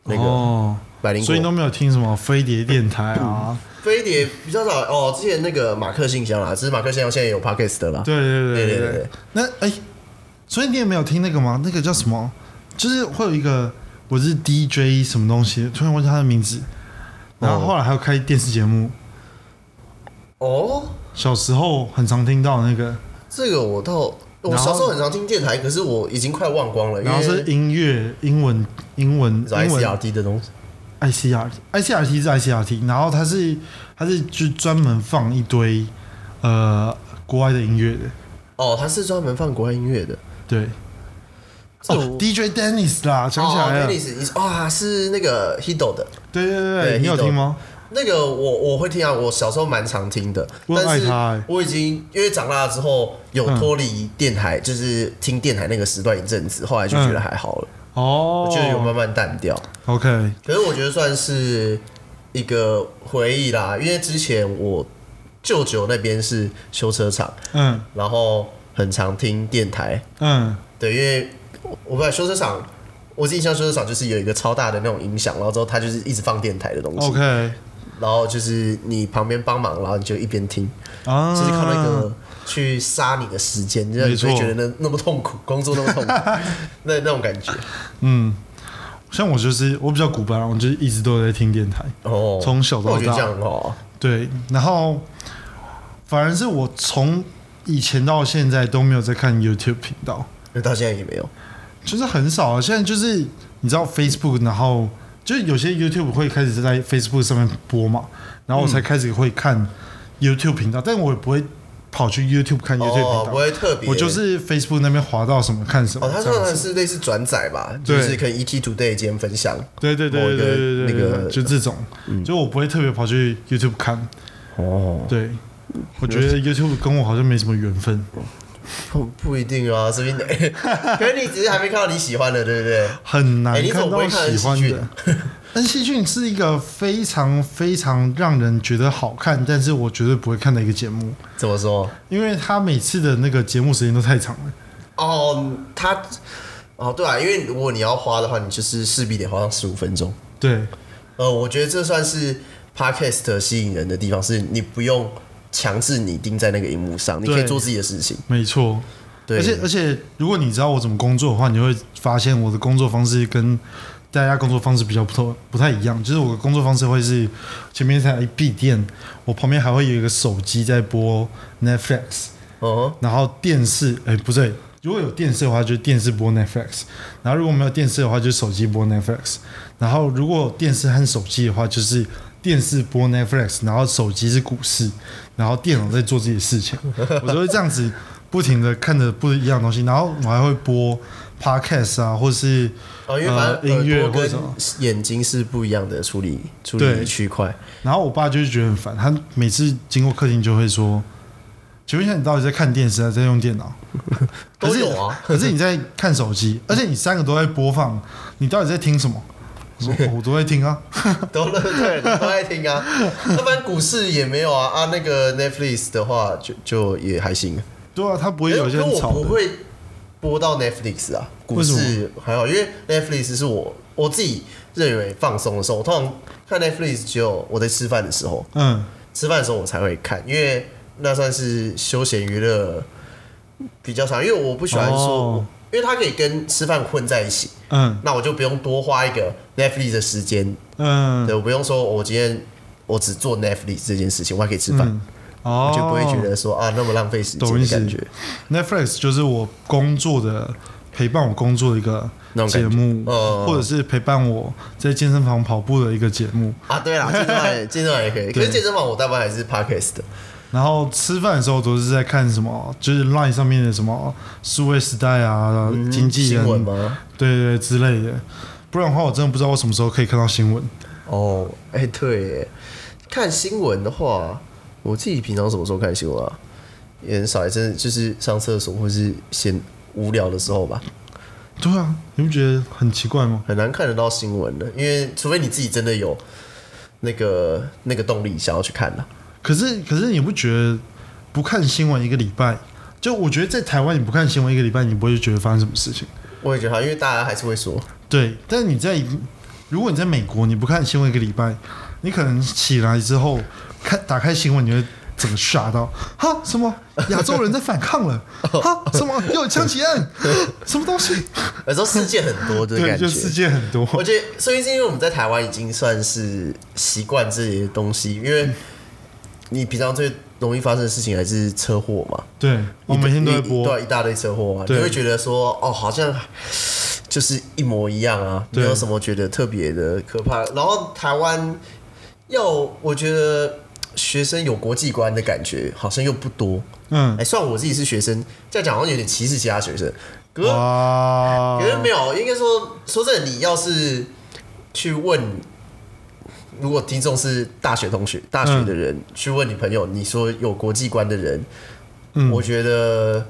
B: 那个
A: 哦，
B: 百灵果，
A: 所以你都没有听什么飞碟电台啊？
B: 飞碟比较少哦。之前那个马克信箱啦，只是马克信箱现在也有 podcast 的啦。
A: 对对对
B: 嗯对对
A: 对
B: 对
A: 对。那哎、所以你也没有听那个吗？那个叫什么？就是会有一个我是 DJ 什么东西，突然忘记他的名字。然后后来还有开电视节目，
B: 哦，
A: 小时候很常听到那个，
B: 这个我倒我
A: 然后
B: 小时候很常听电台，可是我已经快忘光了。
A: 然后是
B: 因为
A: 音乐、英文、英文、
B: 你知道
A: 英文
B: ICRT 的东西
A: ICRT、ICRT 是 ICRT，然后它是它是就专门放一堆呃国外的音乐的，
B: 哦，他是专门放国外音乐的。
A: 对。
B: 这我
A: 哦，DJ Dennis 啦，想起来
B: 哦
A: 了，
B: ，Dennis，你哇，是那个 Hido 的，
A: 对对对
B: 对
A: 对，你有
B: Hido
A: 听吗？
B: 那个我我会听啊，我小时候蛮常听的，
A: 我很
B: 但
A: 爱
B: 是
A: 他欸
B: 我已经因为长大之后有
A: 嗯
B: 脱离电台，就是听电台那个时段一阵子，后来就觉得还好了，
A: 哦，
B: 我就有慢慢淡掉。
A: OK，
B: 可是我觉得算是一个回忆啦，因为之前我舅舅那边是修车厂，
A: 嗯
B: 然后很常听电台，
A: 嗯，
B: 对，因为我我本来修车厂。我印象修车厂就是有一个超大的那种音响，然后之后它就是一直放电台的东西
A: 哦 OK
B: 然后就是你旁边帮忙，然后你就一边听，
A: 啊，
B: 就是靠那个去杀你的时间，让
A: 没
B: 你不
A: 错
B: 会觉得那那么痛苦，工作那么痛苦， 那那种感觉。
A: 嗯，像我就是我比较古板，我就是一直都有在听电台，
B: 哦，
A: 从小到大
B: 那我觉得这样很好啊。
A: 对，然后反而是我从以前到现在都没有在看 YouTube 频道，
B: 那到现在也没有。
A: 哦就是很少啊。现在就是你知道 Facebook，然后就是有些 YouTube 会开始在 Facebook 上面播嘛，然后我才开始会看 YouTube 频道，但我也不会跑去 YouTube 看 YouTube 频道，
B: 哦不会特别
A: 我就是 Facebook 那边滑到什么看什么
B: 哦，他
A: 这样
B: 算
A: 子。
B: 是类似转载吧，就是可能 ET Today 今天分享。
A: 对对对对对对
B: 某一个
A: 对对
B: 那个嗯
A: 就这种，就我不会特别跑去 YouTube 看。
B: 哦，
A: 对，我觉得 YouTube 跟我好像没什么缘分。
B: 不不一定啊，所 以你，可是你只是还没看到你喜欢的，对不对？
A: 很难
B: 哎你怎么
A: 看
B: 不会
A: 到
B: 看
A: 喜欢
B: 恩熙啊
A: 的。 恩熙俊是一个非常非常让人觉得好看，但是我绝对不会看的一个节目，
B: 怎么说？
A: 因为他每次的那个节目时间都太长了。
B: 哦，他，哦对啊，因为如果你要花的话，你就是势必得花上十五分钟。
A: 对，
B: 呃，我觉得这算是 podcast 吸引人的地方，是你不用强制你盯在那个荧幕上，你可以
A: 对
B: 做自己的事情。
A: 没错。
B: 对
A: 而且而且，如果你知道我怎么工作的话，你会发现我的工作方式跟大家工作方式比较不同，不太一样。就是我的工作方式会是前面一台闭店，我旁边还会有一个手机在播 Netflix，
B: 哦，
A: 然后电视，哎、不对，如果有电视的话，就是电视播 Netflix；然后如果没有电视的话，就是手机播 Netflix；然后如果有电视和手机的话，就是电视播 Netflix，然后手机是股市，然后电脑在做自己的事情。我就会这样子不停的看着不一样的东西，然后我还会播 podcast 啊，或是
B: 哦，因为反
A: 呃
B: 正
A: 音乐
B: 耳
A: 或
B: 朵
A: 者
B: 跟
A: 什么。
B: 眼睛是不一样的处理处
A: 对
B: 理 区块。
A: 然后我爸就是觉得很烦，他每次经过客厅就会说：“请问一下，你到底在看电视还是在用电脑？”
B: 都
A: 可是
B: 有啊
A: 可是你在看手机，而且你三个都在播放，你到底在听什么？我说我都在听啊，
B: 都乐对，都爱听啊。要不然股市也没有啊啊，那个 Netflix 的话就就也还行。
A: 对啊，他不会
B: 因
A: 有
B: 为
A: 一些很
B: 我
A: 吵
B: 不
A: 的，
B: 会播到 Netflix 啊，股
A: 为
B: 市还好，因为 Netflix 是我我自己认为放松的时候，我通常看 Netflix 只有我在吃饭的时候，
A: 嗯，
B: 吃饭的时候我才会看，因为那算是休闲娱乐比较长，因为我不喜欢说，
A: 哦
B: 因为它可以跟吃饭混在一起，
A: 嗯
B: 那我就不用多花一个 Netflix 的时间
A: 嗯
B: 对，我不用说，我今天我只做 Netflix 这件事情，我还可以吃饭，
A: 嗯，
B: 我
A: 哦，
B: 就不会觉得说啊那么浪费时间
A: 懂意
B: 的
A: 思
B: 感觉。
A: Netflix 就是我工作的陪伴我工作的一个
B: 那种
A: 节
B: 感觉
A: 目，
B: 嗯
A: 或者是陪伴我在健身房跑步的一个节目。
B: 啊，对啦，健身房也健身房也可以，可是健身房我大部分还是 Podcast 的。
A: 然后吃饭的时候都是在看什么，就是 Line 上面的什么数位时代啊、经纪人
B: 嗯新闻吗？
A: 对对对之类的。不然的话，我真的不知道我什么时候可以看到新闻。
B: 哦，哎、对耶，看新闻的话，我自己平常什么时候看新闻啊？也很少，真的就是上厕所或是闲无聊的时候吧，
A: 对啊，你不觉得很奇怪吗？
B: 很难看得到新闻的，因为除非你自己真的有那个那个动力想要去看啊了。
A: 可是可是你不觉得不看新闻一个礼拜，就我觉得在台湾你不看新闻一个礼拜，你不会觉得发生什么事情。
B: 我也觉得好，因为大家还是会说，
A: 对，但你在如果你在美国，你不看新闻一个礼拜，你可能起来之后看打开新闻，你会整个吓到，哈什么亚洲人在反抗 了，哈什么又有枪击案， 什么东西？
B: 有时候事件很多 的
A: 对，
B: 感觉
A: 就。世界很多，
B: 我觉得，所以是因为我们在台湾已经算是习惯这些东西，因为
A: 嗯
B: 你平常最容易发生的事情还是车祸嘛。
A: 对，我每天都在
B: 你对啊、
A: 播，
B: 一大堆车祸啊，你
A: 对
B: 会觉得说，哦，好像就是一模一样啊，没
A: 对
B: 有什么觉得特别的可怕。然后台湾要，我觉得学生有国际观的感觉好像又不多。
A: 嗯
B: 哎、，算我自己是学生，这样讲好像有点歧视其他学生。可是
A: 哇
B: 可，是没有，应该说说真的，你要是去问，如果听众是大学同学、大学的人，去问你朋友，你说有国际观的人，
A: 嗯
B: 我觉得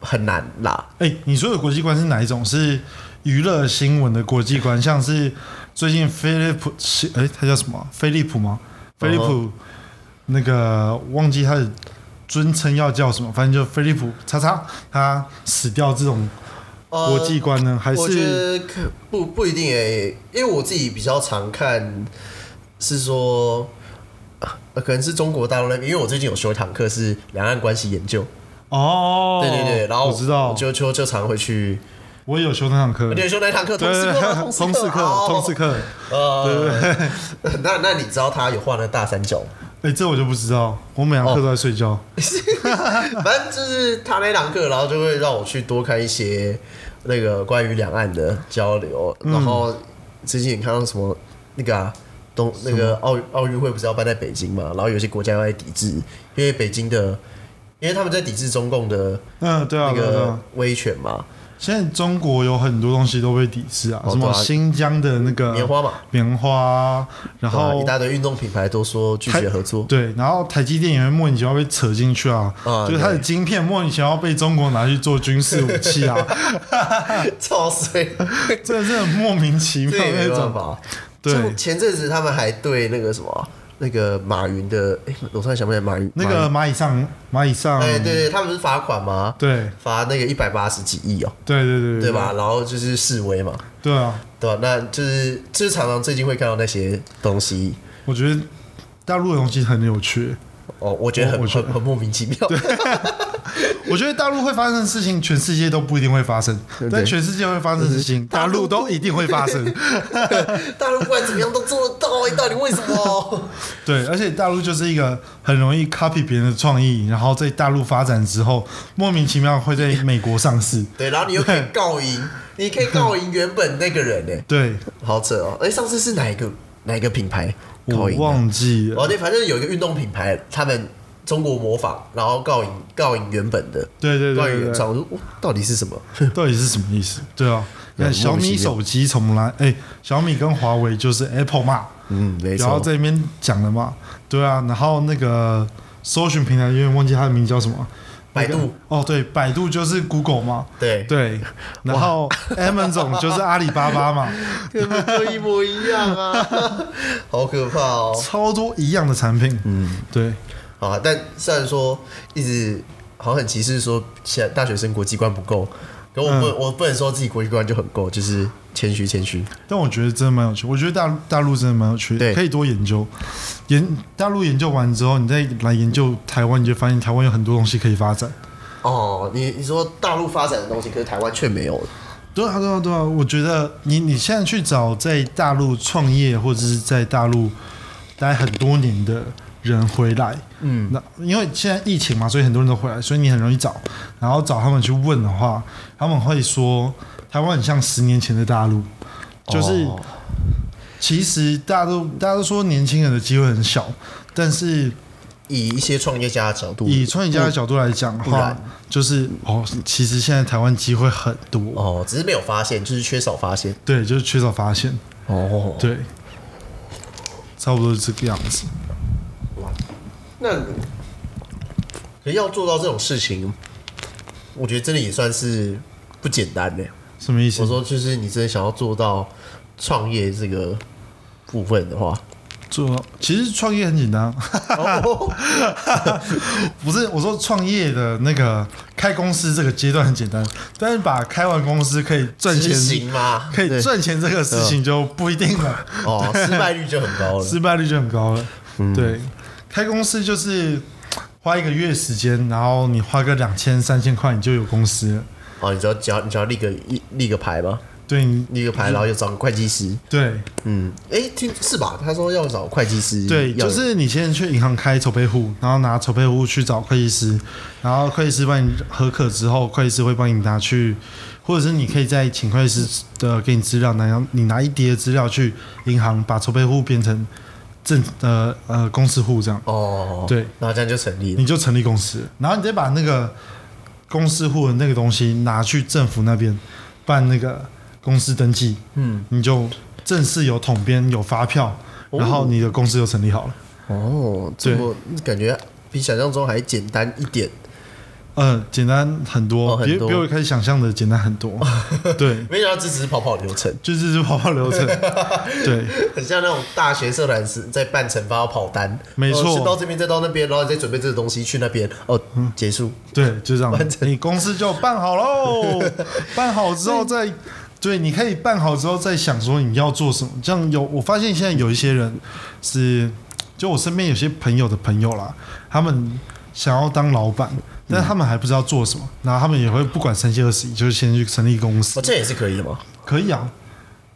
B: 很难啦。
A: 哎、你说的国际观是哪一种？是娱乐新闻的国际观，像是最近飞利浦，是哎、他叫什么啊？飞利浦吗？飞
B: 嗯
A: 利浦那个忘记他的尊称要叫什么，反正就飞利浦叉叉他死掉这种
B: 呃
A: 国际观呢，还
B: 我觉
A: 是
B: 得可不不一定诶、因为我自己比较常看，是说。呃可能是中国大陆那边，因为我最近有修一堂课是两岸关系研究，
A: 哦？
B: 对对对，然后
A: 我知道，
B: 就就就常会去，
A: 我有修那堂课，
B: 你有
A: 对
B: 修那堂课，同
A: 对
B: 事课吗
A: 对， 通识课，
B: 哦
A: 通识课，
B: 呃，那那你知道他有画那个大三角吗？
A: 哎、这我就不知道，我每
B: 哦
A: 堂课都在睡觉。
B: 反正就是他那堂课，然后就会让我去多看一些那个关于两岸的交流。
A: 嗯
B: 然后最近也看到什么那个啊，东那个奥奥运会不是要办在北京嘛？然后有些国家要在抵制，因为北京的，因为他们在抵制中共的
A: 嗯，对啊，
B: 那
A: 对啊对
B: 个
A: 啊。
B: 威权嘛，
A: 现在中国有很多东西都被抵制啊，
B: 哦
A: 什么
B: 对啊
A: 新疆的那个
B: 棉花嘛，
A: 棉花，嗯然
B: 然后
A: 后
B: 一大堆运动品牌都说拒绝合作。
A: 对，然后台积电也会莫名其妙被扯进去啊，
B: 啊
A: 就是它的晶片莫名其妙被中国拿去做军事武器 啊，
B: 操 碎，
A: 这是很莫名其妙
B: 这也没
A: 那
B: 办
A: 种。
B: 法。
A: 对，
B: 前阵子他们还对那个什么，那个马云的，哎、我突然想不起来马云
A: 那，
B: 马
A: 个
B: 云
A: 蚂蚁上蚂蚁上，
B: 哎、对对，他们不是罚款吗？
A: 对
B: 罚那个一百八十几亿哦，
A: 对对对
B: 对？吧？然后就是示威嘛，
A: 对啊，
B: 对吧？那就是就是常常最近会看到那些东西，
A: 我觉得大陆的东西很有趣，
B: 哦，我觉
A: 我
B: 得很
A: 我觉
B: 很
A: 得
B: 很莫名其妙，
A: 我觉得大陆会发生的事情，全世界都不一定会发生，
B: 对
A: 但全世界会发生的事情，大陆都一定会发生。
B: 大陆不管怎么样都做得到，哎到底为什 么？
A: 对，而且大陆就是一个很容易 copy 别人的创意，然后在大陆发展之后，莫名其妙会在美国上市。
B: 对，然后你又可以告赢，你可以告赢原本那个人呢，
A: 对，
B: 好扯哦！哎，上次是哪一个哪一个品牌
A: 我
B: 告赢的？
A: 忘记了。
B: 哦，对，反正有一个运动品牌，他们中国模仿，然后告赢告赢原本的，
A: 对对
B: 告赢
A: 对
B: 原
A: 对
B: 创，我说哦到底是 什么？
A: 对，到底是什么意思？对啊，那
B: 嗯
A: 小
B: 莫
A: 米
B: 名其妙
A: 手机从来哎，小米跟华为就是 Apple 嘛，
B: 嗯，没
A: 然后
B: 错，
A: 在那边讲了嘛，对啊，然后那个搜寻平台有点忘记它的名叫什么，
B: 百度
A: 那个哦，对，百度就是 Google 嘛，
B: 对，
A: 对，然后 Amazon 就是阿里巴巴嘛，
B: 根本就一模一样啊， 好可怕哦！
A: 超多一样的产品，嗯，对，
B: 啊，但虽然说一直好像很歧视说现在大学生国际观不够，可我
A: 嗯
B: 不、我不能说自己国际观就很够，就是谦虚谦虚。
A: 但我觉得真的蛮有趣，我觉得大陆大陆真的蛮有趣的，
B: 对
A: 可以多研究。研大陆研究完之后，你再来研究台湾，你就发现台湾有很多东西可以发展。
B: 哦，你你说大陆发展的东西，可是台湾却没有了。
A: 对啊，对啊，对啊！我觉得你你现在去找在大陆创业或者是在大陆待很多年的人回来，嗯，那因为现在疫情嘛，所以很多人都回来，所以你很容易找。然后找他们去问的话，他们会说台湾很像十年前的大陆，就是、
B: 哦
A: 其实大家都大家都说年轻人的机会很小，但是
B: 以一些创业家的角度，
A: 以创业家的角度来讲的
B: 不
A: 话
B: 然，
A: 就是哦，其实现在台湾机会很多，
B: 哦，只是没有发现，就是缺少发现。
A: 对，就是缺少发现。
B: 哦，
A: 对，差不多是这个样子。
B: 那可要做到这种事情，我觉得真的也算是不简单的。
A: 什么意思
B: 我？说，就是你真的想要做到创业这个部分的话，
A: 做其实创业很简单，啊
B: 哦
A: 不是我说创业的那个开公司这个阶段很简单，但是把开完公司可以赚
B: 执
A: 钱，
B: 行吗？
A: 可以
B: 对
A: 赚钱这个事情就不一定了，
B: 哦，失败率就很高了。
A: 失败率就很高了。对，开公司就是花一个月时间，然后你花个两千三千块你就有公司了。
B: 哦，你只要只要你只要立个立立个牌吧，
A: 对，你
B: 立个牌，然后又找个会计师。
A: 对
B: 嗯，哎，听是吧？他说要找会计师，
A: 对，
B: 要
A: 就是你先去银行开筹备户，然后拿筹备户去找会计师，然后会计师帮你合可之后，会计师会帮你拿去，或者是你可以再请会计师的给你资料，拿你拿一叠资料去银行把筹备户变成正呃呃公司户这样，
B: 哦，
A: 对，
B: 然后这样就成立了。
A: 你就成立公司，然后你再把那个公司户的那个东西拿去政府那边办那个公司登记，嗯，你就正式有统编有发票，然后你的公司就成立好了。
B: 哦，这
A: 对
B: 么感觉比想象中还简单一点。
A: 嗯，简单很多，
B: 哦很
A: 比
B: 多
A: 比我一开始想象的简单很多。对，
B: 没想到这只是跑跑流程，
A: 就是这跑跑流程。对，
B: 很像那种大学社团是在办惩罚跑单，
A: 没错
B: 哦先到这边，再到那边，然后你再准备这个东西去那边，哦，结束。
A: 对，就这样
B: 完。成
A: 你公司就办好 喽，办好之后再，对，你可以办好之后再想说你要做什么。这样有，我发现现在有一些人是，就我身边有些朋友的朋友啦，他们想要当老板，但他们还不知道做什么，然后他们也会不管三七二十一，就是先去成立公司
B: 哦，。这也是可以的嘛？
A: 可以啊，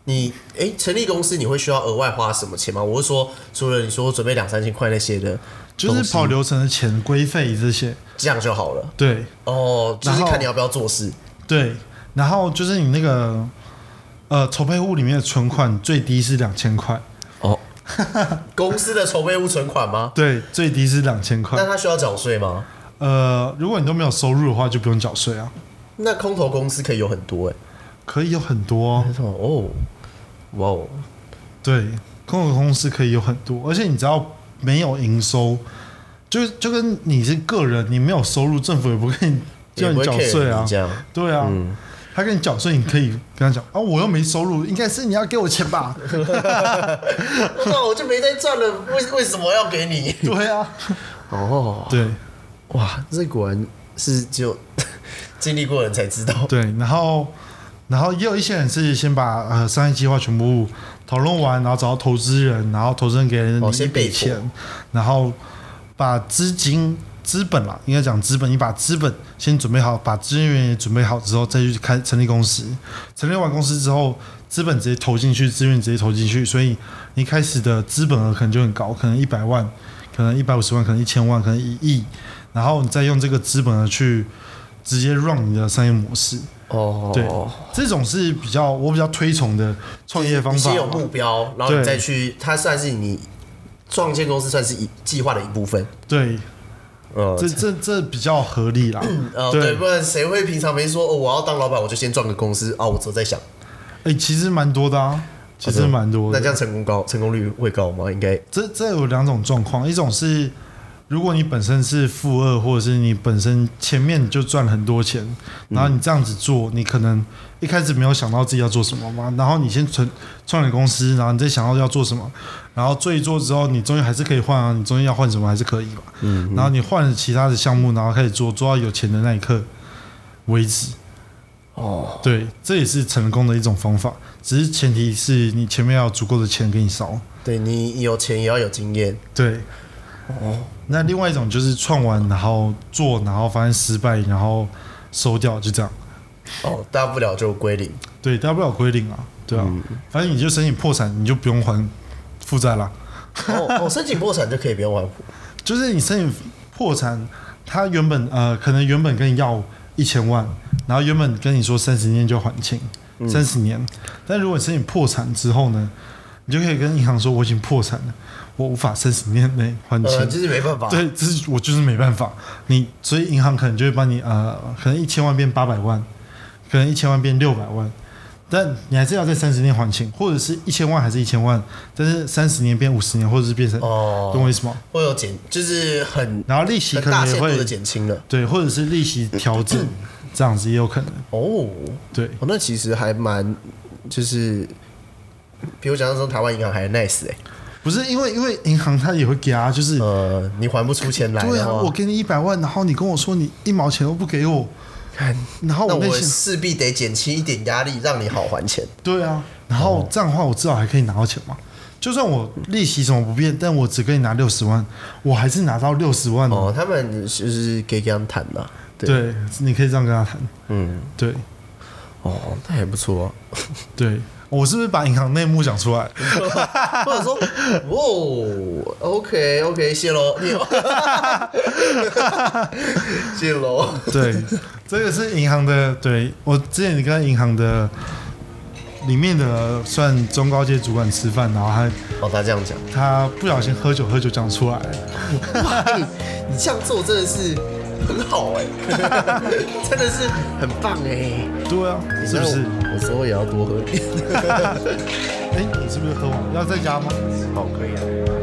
B: 你哎，成立公司你会需要额外花什么钱吗？我是说，除了你说准备两三千块那些的，
A: 就是跑流程的钱、规费这些，
B: 这样就好了。
A: 对
B: 哦，就是
A: 然后
B: 看你要不要做事。
A: 对。然后就是你那个呃筹备户里面的存款最低是两千块，
B: 哦， 公司的筹备屋存 款吗？
A: 对，最低是两千
B: 那
A: 块。
B: 他需要缴税吗？
A: 呃，如果你都没有收入的话，就不用缴税啊。
B: 那空投公司可以有很多哎、
A: 可以有很多、哦，
B: 欸，什么哦，哇哦，
A: 对，空壳公司可以有很多，而且你只要没有营收，就就跟你是个人，你没有收入，政府也不会跟你叫
B: 也不
A: 你
B: 会
A: 缴
B: care
A: 税啊
B: 你。这样
A: 对啊，
B: 嗯
A: 他跟你缴税，你可以跟他讲啊，我又没收入，应该是你要给我钱 吧？
B: 那我就没在赚了，为为什么要给你？
A: 对啊，
B: 哦，
A: 对
B: 哇，这果然是只有 经历过的人才知道。
A: 对，然后然后也有一些人是先把呃商业计划全部讨论完，然后找到投资人，然后投资人给了
B: 哦
A: 你一
B: 先备
A: 笔
B: 妥
A: 钱，然后把资金。资本啦，应该讲资本，你把资本先准备好，把资源也准备好之后，再去开成立公司。成立完公司之后，资本直接投进去，资源直接投进去，所以你开始的资本额可能就很高，可能一百万，可能一百五十万，可能一千万，可能一亿，然后你再用这个资本额去直接 run 你的商业模式。
B: 哦，
A: 对，这种是比较我比较推崇的创业方
B: 你
A: 法
B: 先有
A: 嘛。
B: 目标，然后你
A: 对
B: 再去，它算是你创建公司算是一计划的一部分。
A: 对，
B: 嗯，
A: 这这这比较合理啦。
B: 呃，对，
A: 对，
B: 不然谁会平常没说哦，我要当老板，我就先赚个公司啊，我之后再想。
A: 哎，其实蛮多的啊，其实蛮多
B: 那
A: 的
B: 这。样成功高，成功率会高吗？应该
A: 这这有两种状况，一种是如果你本身是富二，或者是你本身前面就赚了很多钱，然后你这样子做，你可能一开始没有想到自己要做什么嘛，然后你先存创了公司，然后你再想到要做什么，然后做一做之后，你终于还是可以换啊，你终于要换什么还是可以嘛，然后你换了其他的项目，然后开始做，做到有钱的那一刻为止。
B: 哦，
A: 对，这也是成功的一种方法，只是前提是你前面要有足够的钱给你烧。
B: 对你有钱也要有经验。
A: 对，哦，那另外一种就是创完然后做，然后发现失败，然后收掉，就这样。
B: 哦，大不了就归零。
A: 对，大不了归零啊，对啊，反正你就申请破产，你就不用还负债啦。
B: 哦，哦，申请破产就可以不用还。
A: 就是你申请破产，他原本呃可能原本跟你要一千万，然后原本跟你说三十年就还清，三十年，但如果你申请破产之后呢，你就可以跟银行说我已经破产了，我无法三十年内还清。
B: 呃，就是没办法。
A: 对，这是我就是没办法，你所以银行可能就会帮你呃，可能一千万变八百万，可能一千万变六百万，但你还是要在三十年还清，或者是一千万还是一千万，但是三十年变五十年，或者是变成，
B: 哦
A: 懂我意思吗？
B: 会有减，就是很
A: 然后利息
B: 很
A: 可
B: 大
A: 能
B: 限
A: 也
B: 度的
A: 会
B: 减轻了。
A: 对，或者是利息调整，这样子也有可能。
B: 哦，
A: 对，
B: 哦那其实还蛮就是。比我想象中台湾银行还 nice 哎、
A: 不是因为因为银行它也会给啊，就是
B: 呃，你还不出钱来哦
A: 对
B: 的
A: 啊，
B: 话，
A: 我给你一百万，然后你跟我说你一毛钱都不给我，然后
B: 那
A: 我内
B: 我
A: 心
B: 势必得减轻一点压力，让你好还钱。
A: 对啊，然后这样的话，我至少还可以拿到钱嘛。就算我利息什么不变，但我只跟你拿六十万，我还是拿到六十万哦。
B: 哦，他们就是可以跟他们谈的，对，
A: 对，你可以这样跟他谈。
B: 嗯，
A: 对
B: 哦，那还不错、啊。
A: 对，我是不是把银行内幕讲出来？
B: 或者说，哦，OK OK，谢喽，你 有，谢喽。
A: 对，这个是银行的。对我之前跟银行的里面的算中高阶主管吃饭，然后他
B: 哦，他这样讲，
A: 他不小心喝酒喝酒讲出来了。
B: 你你这样做真的是很好 哎、真的是很棒哎、
A: 对啊，是不是？
B: 那我之后也要多喝点。
A: 哎，你是不是喝完要再加吗？
B: 好，可以啊。